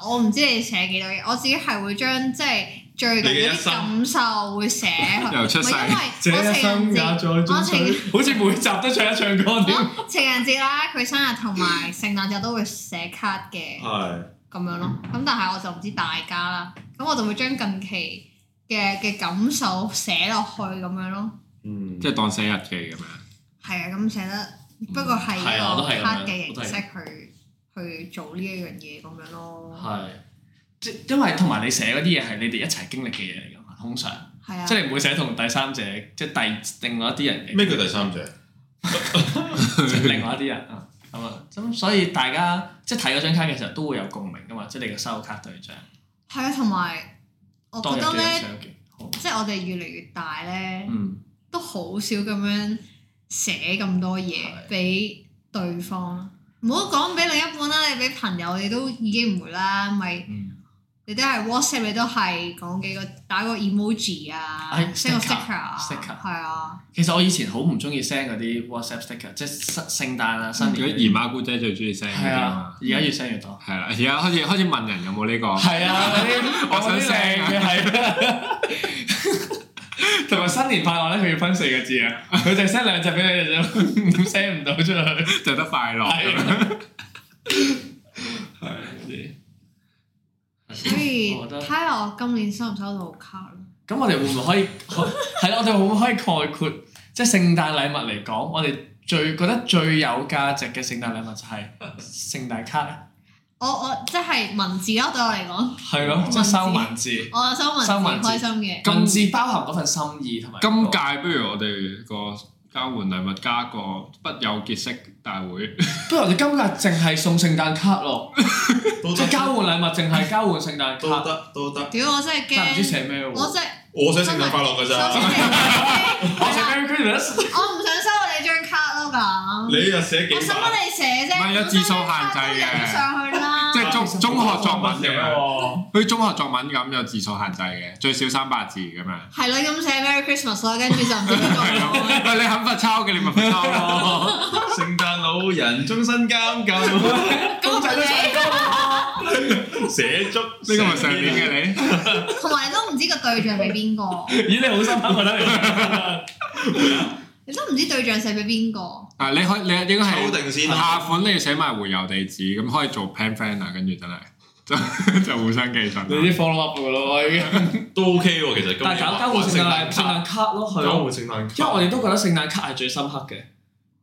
[SPEAKER 1] 我唔知你寫幾多嘢，我自己係會將即係最近嗰啲感受會寫 去，
[SPEAKER 4] 由出世
[SPEAKER 1] 唔係因為我情人節，我情
[SPEAKER 3] 好似每集都唱一唱歌添。
[SPEAKER 1] 我情人節啦，佢生日同埋聖誕節我都會寫卡嘅
[SPEAKER 2] 係
[SPEAKER 1] 咁樣咯。咁但係我就唔知大家啦，咁我就會將近期嘅嘅感受寫落去咁樣咯。
[SPEAKER 2] 嗯，
[SPEAKER 4] 即係當寫日記咁樣。
[SPEAKER 1] 係啊，咁寫得，不過係
[SPEAKER 3] 係啊我
[SPEAKER 1] 一
[SPEAKER 3] 都
[SPEAKER 1] 個
[SPEAKER 3] 係咁樣
[SPEAKER 1] 卡嘅
[SPEAKER 3] 我都
[SPEAKER 1] 形
[SPEAKER 3] 係
[SPEAKER 1] 式去去做呢一樣嘢咁樣咯。
[SPEAKER 3] 係，即因為同埋你寫嗰啲嘢係你哋一齊經歷嘅嘢嚟㗎嘛，通常
[SPEAKER 1] 係啊
[SPEAKER 3] 即，係你唔會寫同第三者，即係第另外一啲人嘅
[SPEAKER 2] 咩叫第三者？
[SPEAKER 3] 即係 另外一啲人啊，咁啊，咁所以大家即係睇嗰張卡嘅時候都會有共鳴㗎嘛，即係你個收卡對象，
[SPEAKER 1] 係啊，同埋我
[SPEAKER 3] 當
[SPEAKER 1] 覺
[SPEAKER 3] 日
[SPEAKER 1] 得
[SPEAKER 3] 幾多
[SPEAKER 1] 咧，
[SPEAKER 3] 相幾好，
[SPEAKER 1] 即係我哋越嚟越大咧，
[SPEAKER 3] 嗯，
[SPEAKER 1] 都好少咁樣寫咁多嘢
[SPEAKER 3] 係
[SPEAKER 1] 俾對方啦。唔好講俾另一半啦，你俾朋友你都已經唔會啦，咪
[SPEAKER 3] 嗯
[SPEAKER 1] 你都係 WhatsApp 你都係講幾個打個 emoji 啊
[SPEAKER 3] 係
[SPEAKER 1] ，send 個
[SPEAKER 3] 哎 sticker，
[SPEAKER 1] sticker 啊，
[SPEAKER 3] sticker
[SPEAKER 1] 係啊，
[SPEAKER 3] 其實我以前好唔中意 send 嗰啲 WhatsApp sticker，即係聖聖誕啊、新
[SPEAKER 4] 如
[SPEAKER 3] 年
[SPEAKER 4] 果
[SPEAKER 3] 嗰啲
[SPEAKER 4] 姨媽姑姐最中意 send 嗰
[SPEAKER 3] 係
[SPEAKER 4] 啲啊
[SPEAKER 3] 啊
[SPEAKER 4] 嘛，，
[SPEAKER 3] 而家越 send 越多。
[SPEAKER 5] 啊
[SPEAKER 4] 係啦，而家開始開始問人有冇 呢個，
[SPEAKER 3] 係啊，嗰啲
[SPEAKER 4] 我想
[SPEAKER 3] 嗰啲
[SPEAKER 4] 寫啊
[SPEAKER 3] 靚嘅係。同埋新年快樂咧，佢要分四個字啊！佢就 send 兩隻俾你哋啫，send 唔到出去。係
[SPEAKER 4] 就得快樂咁樣。
[SPEAKER 3] 係
[SPEAKER 1] 所以
[SPEAKER 3] 我覺得
[SPEAKER 1] 睇下我今年收唔收到卡咯。
[SPEAKER 3] 咁我哋會唔會可以係咯？我哋會唔會可以概括即係聖誕禮物嚟講，我哋最覺得最有價值嘅聖誕禮物就係聖誕卡咧？
[SPEAKER 1] 我我即係文字咯，對我嚟講，
[SPEAKER 3] 係咯，即係收哦文字，
[SPEAKER 1] 我收文字
[SPEAKER 3] 收文字
[SPEAKER 1] 開心嘅。
[SPEAKER 4] 今
[SPEAKER 3] 文字包含嗰份心意同埋嗰
[SPEAKER 4] 今
[SPEAKER 3] 個
[SPEAKER 4] 屆不如我哋個交換禮物加個不友結識大 會，
[SPEAKER 3] 不如我哋今日淨係送聖誕卡咯，
[SPEAKER 2] 都
[SPEAKER 3] 即
[SPEAKER 2] 得
[SPEAKER 3] 係交換禮物淨係交換聖誕
[SPEAKER 2] 都
[SPEAKER 3] 卡，
[SPEAKER 2] 得都得，
[SPEAKER 1] 屌我真係
[SPEAKER 3] 但係唔知
[SPEAKER 1] 驚，
[SPEAKER 3] 寫咩喎。
[SPEAKER 1] 我真係
[SPEAKER 2] 我想聖誕快樂㗎
[SPEAKER 1] 收
[SPEAKER 2] 咋
[SPEAKER 1] 聖。誕
[SPEAKER 3] 我寫
[SPEAKER 1] 卡
[SPEAKER 3] Merry Christmas，
[SPEAKER 1] 我唔想收你張卡咯咁。
[SPEAKER 2] 你又寫幾
[SPEAKER 1] 我使
[SPEAKER 2] 版？
[SPEAKER 1] 乜你寫啫？
[SPEAKER 4] 唔係有字數限制嘅
[SPEAKER 1] 我張卡都印上去啦。
[SPEAKER 4] 即係中啊中學作文咁樣，
[SPEAKER 3] 喎。
[SPEAKER 4] 好似中學作文咁有字數限制嘅，最少三百字咁 樣。
[SPEAKER 1] 係咯，咁寫 Merry Christmas 咯，跟住就唔知 邊個咯。
[SPEAKER 4] 喂，你肯罰抄嘅，你咪罰抄 咯。
[SPEAKER 2] 聖誕老人終身監禁，
[SPEAKER 1] 咁
[SPEAKER 3] 仔都
[SPEAKER 1] 你
[SPEAKER 2] 寫啊足呢
[SPEAKER 4] 呢個咪上年嘅你，
[SPEAKER 1] 同埋都唔知個對象俾邊個，
[SPEAKER 3] 咦，你好深刻覺得你
[SPEAKER 1] 你都唔知對象寫俾邊個。
[SPEAKER 4] 啊，你可以你應該
[SPEAKER 2] 抽
[SPEAKER 4] 係啊
[SPEAKER 2] 定先啊
[SPEAKER 4] 下
[SPEAKER 2] 啦。
[SPEAKER 4] 款你要寫埋回郵地址，咁可以做 pen friend 啊，跟住真係 就就互相寄信啊啦。
[SPEAKER 3] 啲 follow up 嘅咯，已經。
[SPEAKER 2] 都 OK 喎，其實今
[SPEAKER 3] 但係搞交換聖誕聖誕卡咯，係咯，
[SPEAKER 2] 聖誕
[SPEAKER 3] 因為我哋都覺得聖誕卡係最深刻嘅。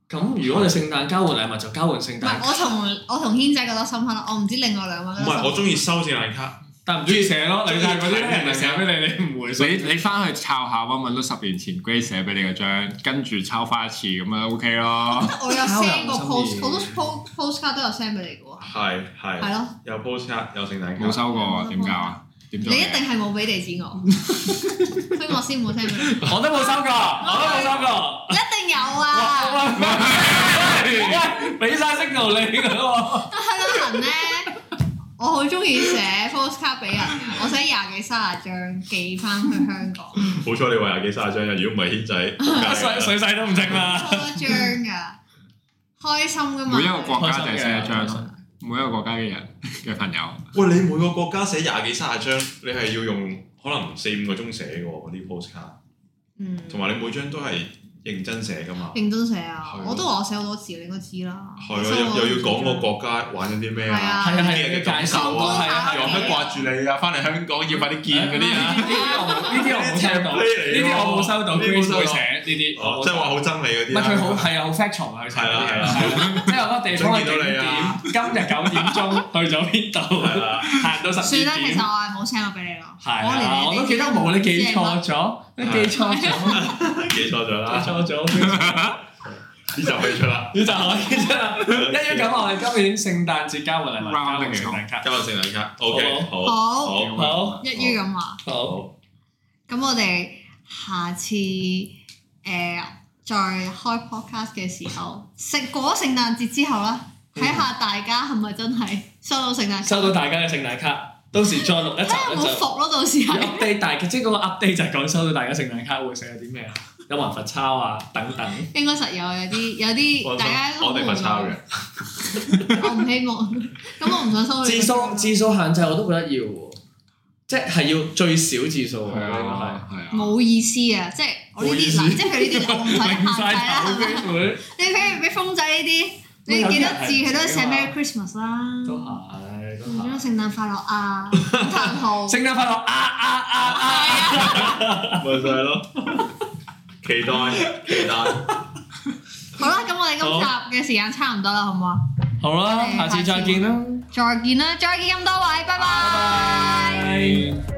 [SPEAKER 3] 咁如果我哋聖誕交換禮物就交換聖
[SPEAKER 1] 唔係
[SPEAKER 3] 誕
[SPEAKER 1] 我
[SPEAKER 3] 卡，
[SPEAKER 1] 同我同軒仔覺得深刻啦，我唔知另外兩位覺得
[SPEAKER 2] 唔
[SPEAKER 1] 深
[SPEAKER 2] 係
[SPEAKER 1] 刻
[SPEAKER 2] 我中意收聖誕卡，
[SPEAKER 3] 但唔中意寫咯。你但係嗰啲
[SPEAKER 2] 中意睇
[SPEAKER 3] 人咪寫俾你，你唔回信。
[SPEAKER 4] 你你翻去抄下温温都十年前 Grace 寫俾你嗰張，跟住抄翻一次咁樣 OK 咯。
[SPEAKER 1] 我有 send 過
[SPEAKER 3] 交流
[SPEAKER 1] post，
[SPEAKER 3] 心意
[SPEAKER 1] 好多 post postcard 都有 send 俾你嘅喎，
[SPEAKER 2] 係
[SPEAKER 1] 係
[SPEAKER 2] 係
[SPEAKER 1] 咯，
[SPEAKER 2] 有 postcard 有聖誕
[SPEAKER 4] 冇
[SPEAKER 2] 卡，
[SPEAKER 4] 收過啊？點解啊？點
[SPEAKER 1] 你一
[SPEAKER 4] 做嘢？
[SPEAKER 1] 定係冇俾地 址我，所以我先冇 send 俾你。
[SPEAKER 3] 我都冇收過，我都冇收過。
[SPEAKER 1] 你一定有啊！
[SPEAKER 3] 喂，俾晒 signal 你㗎喎。
[SPEAKER 1] 香港人咧，我好中意寫 postcard 俾人，啊我寫廿幾三十張寄翻去香港，
[SPEAKER 2] 好彩你話廿幾卅張啫，如果唔係軒仔
[SPEAKER 3] 水
[SPEAKER 2] 仆街，
[SPEAKER 3] 水勢都唔正啦。
[SPEAKER 1] 多張㗎，開心噶嘛。
[SPEAKER 4] 每一個國家就係寫一張咯，每一個國家嘅人嘅朋友。
[SPEAKER 2] 喂，你每個國家寫廿幾卅張，你係要用可能四五個鐘寫嘅喎啲 postcard，
[SPEAKER 1] 嗯，
[SPEAKER 2] 同埋你每張都係認真寫㗎嘛。
[SPEAKER 1] 認真寫啊
[SPEAKER 2] 係啊！
[SPEAKER 1] 我都話我寫好多字，你應該知啦。
[SPEAKER 2] 係啊，又又要講個國家玩咗啲咩啊，
[SPEAKER 1] 係啊
[SPEAKER 2] 啲人嘅感受
[SPEAKER 1] 係啊係
[SPEAKER 2] 啊，
[SPEAKER 1] 啊
[SPEAKER 2] 有乜掛住你啊，翻嚟香港要快啲見嗰啲啊。
[SPEAKER 3] 呢啲我冇，呢啲我冇收到，
[SPEAKER 2] 呢
[SPEAKER 3] 呢啲我冇收到
[SPEAKER 2] 啲冇
[SPEAKER 3] Grace
[SPEAKER 2] 收到
[SPEAKER 3] 會寫呢啲，
[SPEAKER 2] 哦
[SPEAKER 3] 我冇
[SPEAKER 2] 即係
[SPEAKER 3] 收
[SPEAKER 2] 話
[SPEAKER 3] 到
[SPEAKER 2] 好憎你嗰
[SPEAKER 3] 唔
[SPEAKER 2] 啲
[SPEAKER 3] 係
[SPEAKER 2] 啊。
[SPEAKER 3] 佢好係啊，好 factual 佢寫
[SPEAKER 2] 係啦係啦
[SPEAKER 3] 啦，即係有個地方嘅景
[SPEAKER 2] 見到你啊
[SPEAKER 3] 點，今日九點鐘去咗邊
[SPEAKER 2] 係啊
[SPEAKER 3] 度，
[SPEAKER 2] 啦。
[SPEAKER 3] 行到十
[SPEAKER 1] 算啦
[SPEAKER 3] 二，
[SPEAKER 1] 其
[SPEAKER 3] 點
[SPEAKER 1] 實。我係冇 send 過俾你咯。
[SPEAKER 3] 係
[SPEAKER 1] 連
[SPEAKER 3] 啊，
[SPEAKER 1] 你
[SPEAKER 3] 我都記得冇，你記錯咗，你記錯咗，記
[SPEAKER 2] 記錯咗啦，
[SPEAKER 3] 錯咗，
[SPEAKER 2] 呢集可以出啦。
[SPEAKER 3] 你就可以啫啦。一於咁，我哋今年聖誕節交換禮物，交
[SPEAKER 4] Round
[SPEAKER 3] 換聖誕卡，
[SPEAKER 2] 今日聖誕卡，OK，好，啊
[SPEAKER 1] 好，
[SPEAKER 2] 好，
[SPEAKER 3] 好
[SPEAKER 1] 一於咁話。
[SPEAKER 3] 好。
[SPEAKER 1] 咁我哋下次誒、呃再開 podcast 嘅時候，食過聖誕節之後啦，睇下大家係咪真係收到聖誕
[SPEAKER 3] 嗯收到大家嘅聖誕卡，到時再錄一
[SPEAKER 1] 睇
[SPEAKER 3] 集
[SPEAKER 1] 下有
[SPEAKER 3] 咧
[SPEAKER 1] 冇
[SPEAKER 3] 就
[SPEAKER 1] 服咯，到時係
[SPEAKER 3] update 大家，即係嗰個 update 就係講收到大家聖誕卡會寫咗啲咩啊，有冇人罰抄啊等等。
[SPEAKER 1] 應該實有有啲有啲
[SPEAKER 2] 我
[SPEAKER 1] 大家都
[SPEAKER 2] 我哋咪抄嘅，
[SPEAKER 1] 我唔希望。咁我唔想收你。
[SPEAKER 3] 字數字數限制我都覺得要喎，即係要最少字數喎，應
[SPEAKER 4] 係
[SPEAKER 3] 該係
[SPEAKER 4] 啊，係啊。
[SPEAKER 1] 冇意思啊！即係我呢
[SPEAKER 3] 冇意
[SPEAKER 1] 啲
[SPEAKER 3] 思
[SPEAKER 1] 嗱，即係佢呢啲我唔使
[SPEAKER 3] 啊
[SPEAKER 1] 限制啦，係咪？
[SPEAKER 3] 曬
[SPEAKER 1] 你譬如俾風仔呢啲，你
[SPEAKER 3] 有啲
[SPEAKER 1] 幾多
[SPEAKER 3] 人係啊
[SPEAKER 1] 字佢都寫
[SPEAKER 3] 寫嘛
[SPEAKER 1] Merry Christmas 啦，
[SPEAKER 3] 都係啊都
[SPEAKER 1] 仲有
[SPEAKER 3] 係。
[SPEAKER 1] 聖誕快樂 啊，嘆號。
[SPEAKER 3] 聖誕快樂啊啊啊啊！
[SPEAKER 2] 咪就係咯，期待期待，
[SPEAKER 1] 好啦，咁我哋今集嘅時間差唔多啦，好唔好啊？
[SPEAKER 3] 好啦，
[SPEAKER 1] 誒
[SPEAKER 3] 下次
[SPEAKER 1] 下
[SPEAKER 3] 再
[SPEAKER 1] 次
[SPEAKER 3] 見啦，
[SPEAKER 1] 再見啦，再見咁多位，拜拜。
[SPEAKER 3] 拜。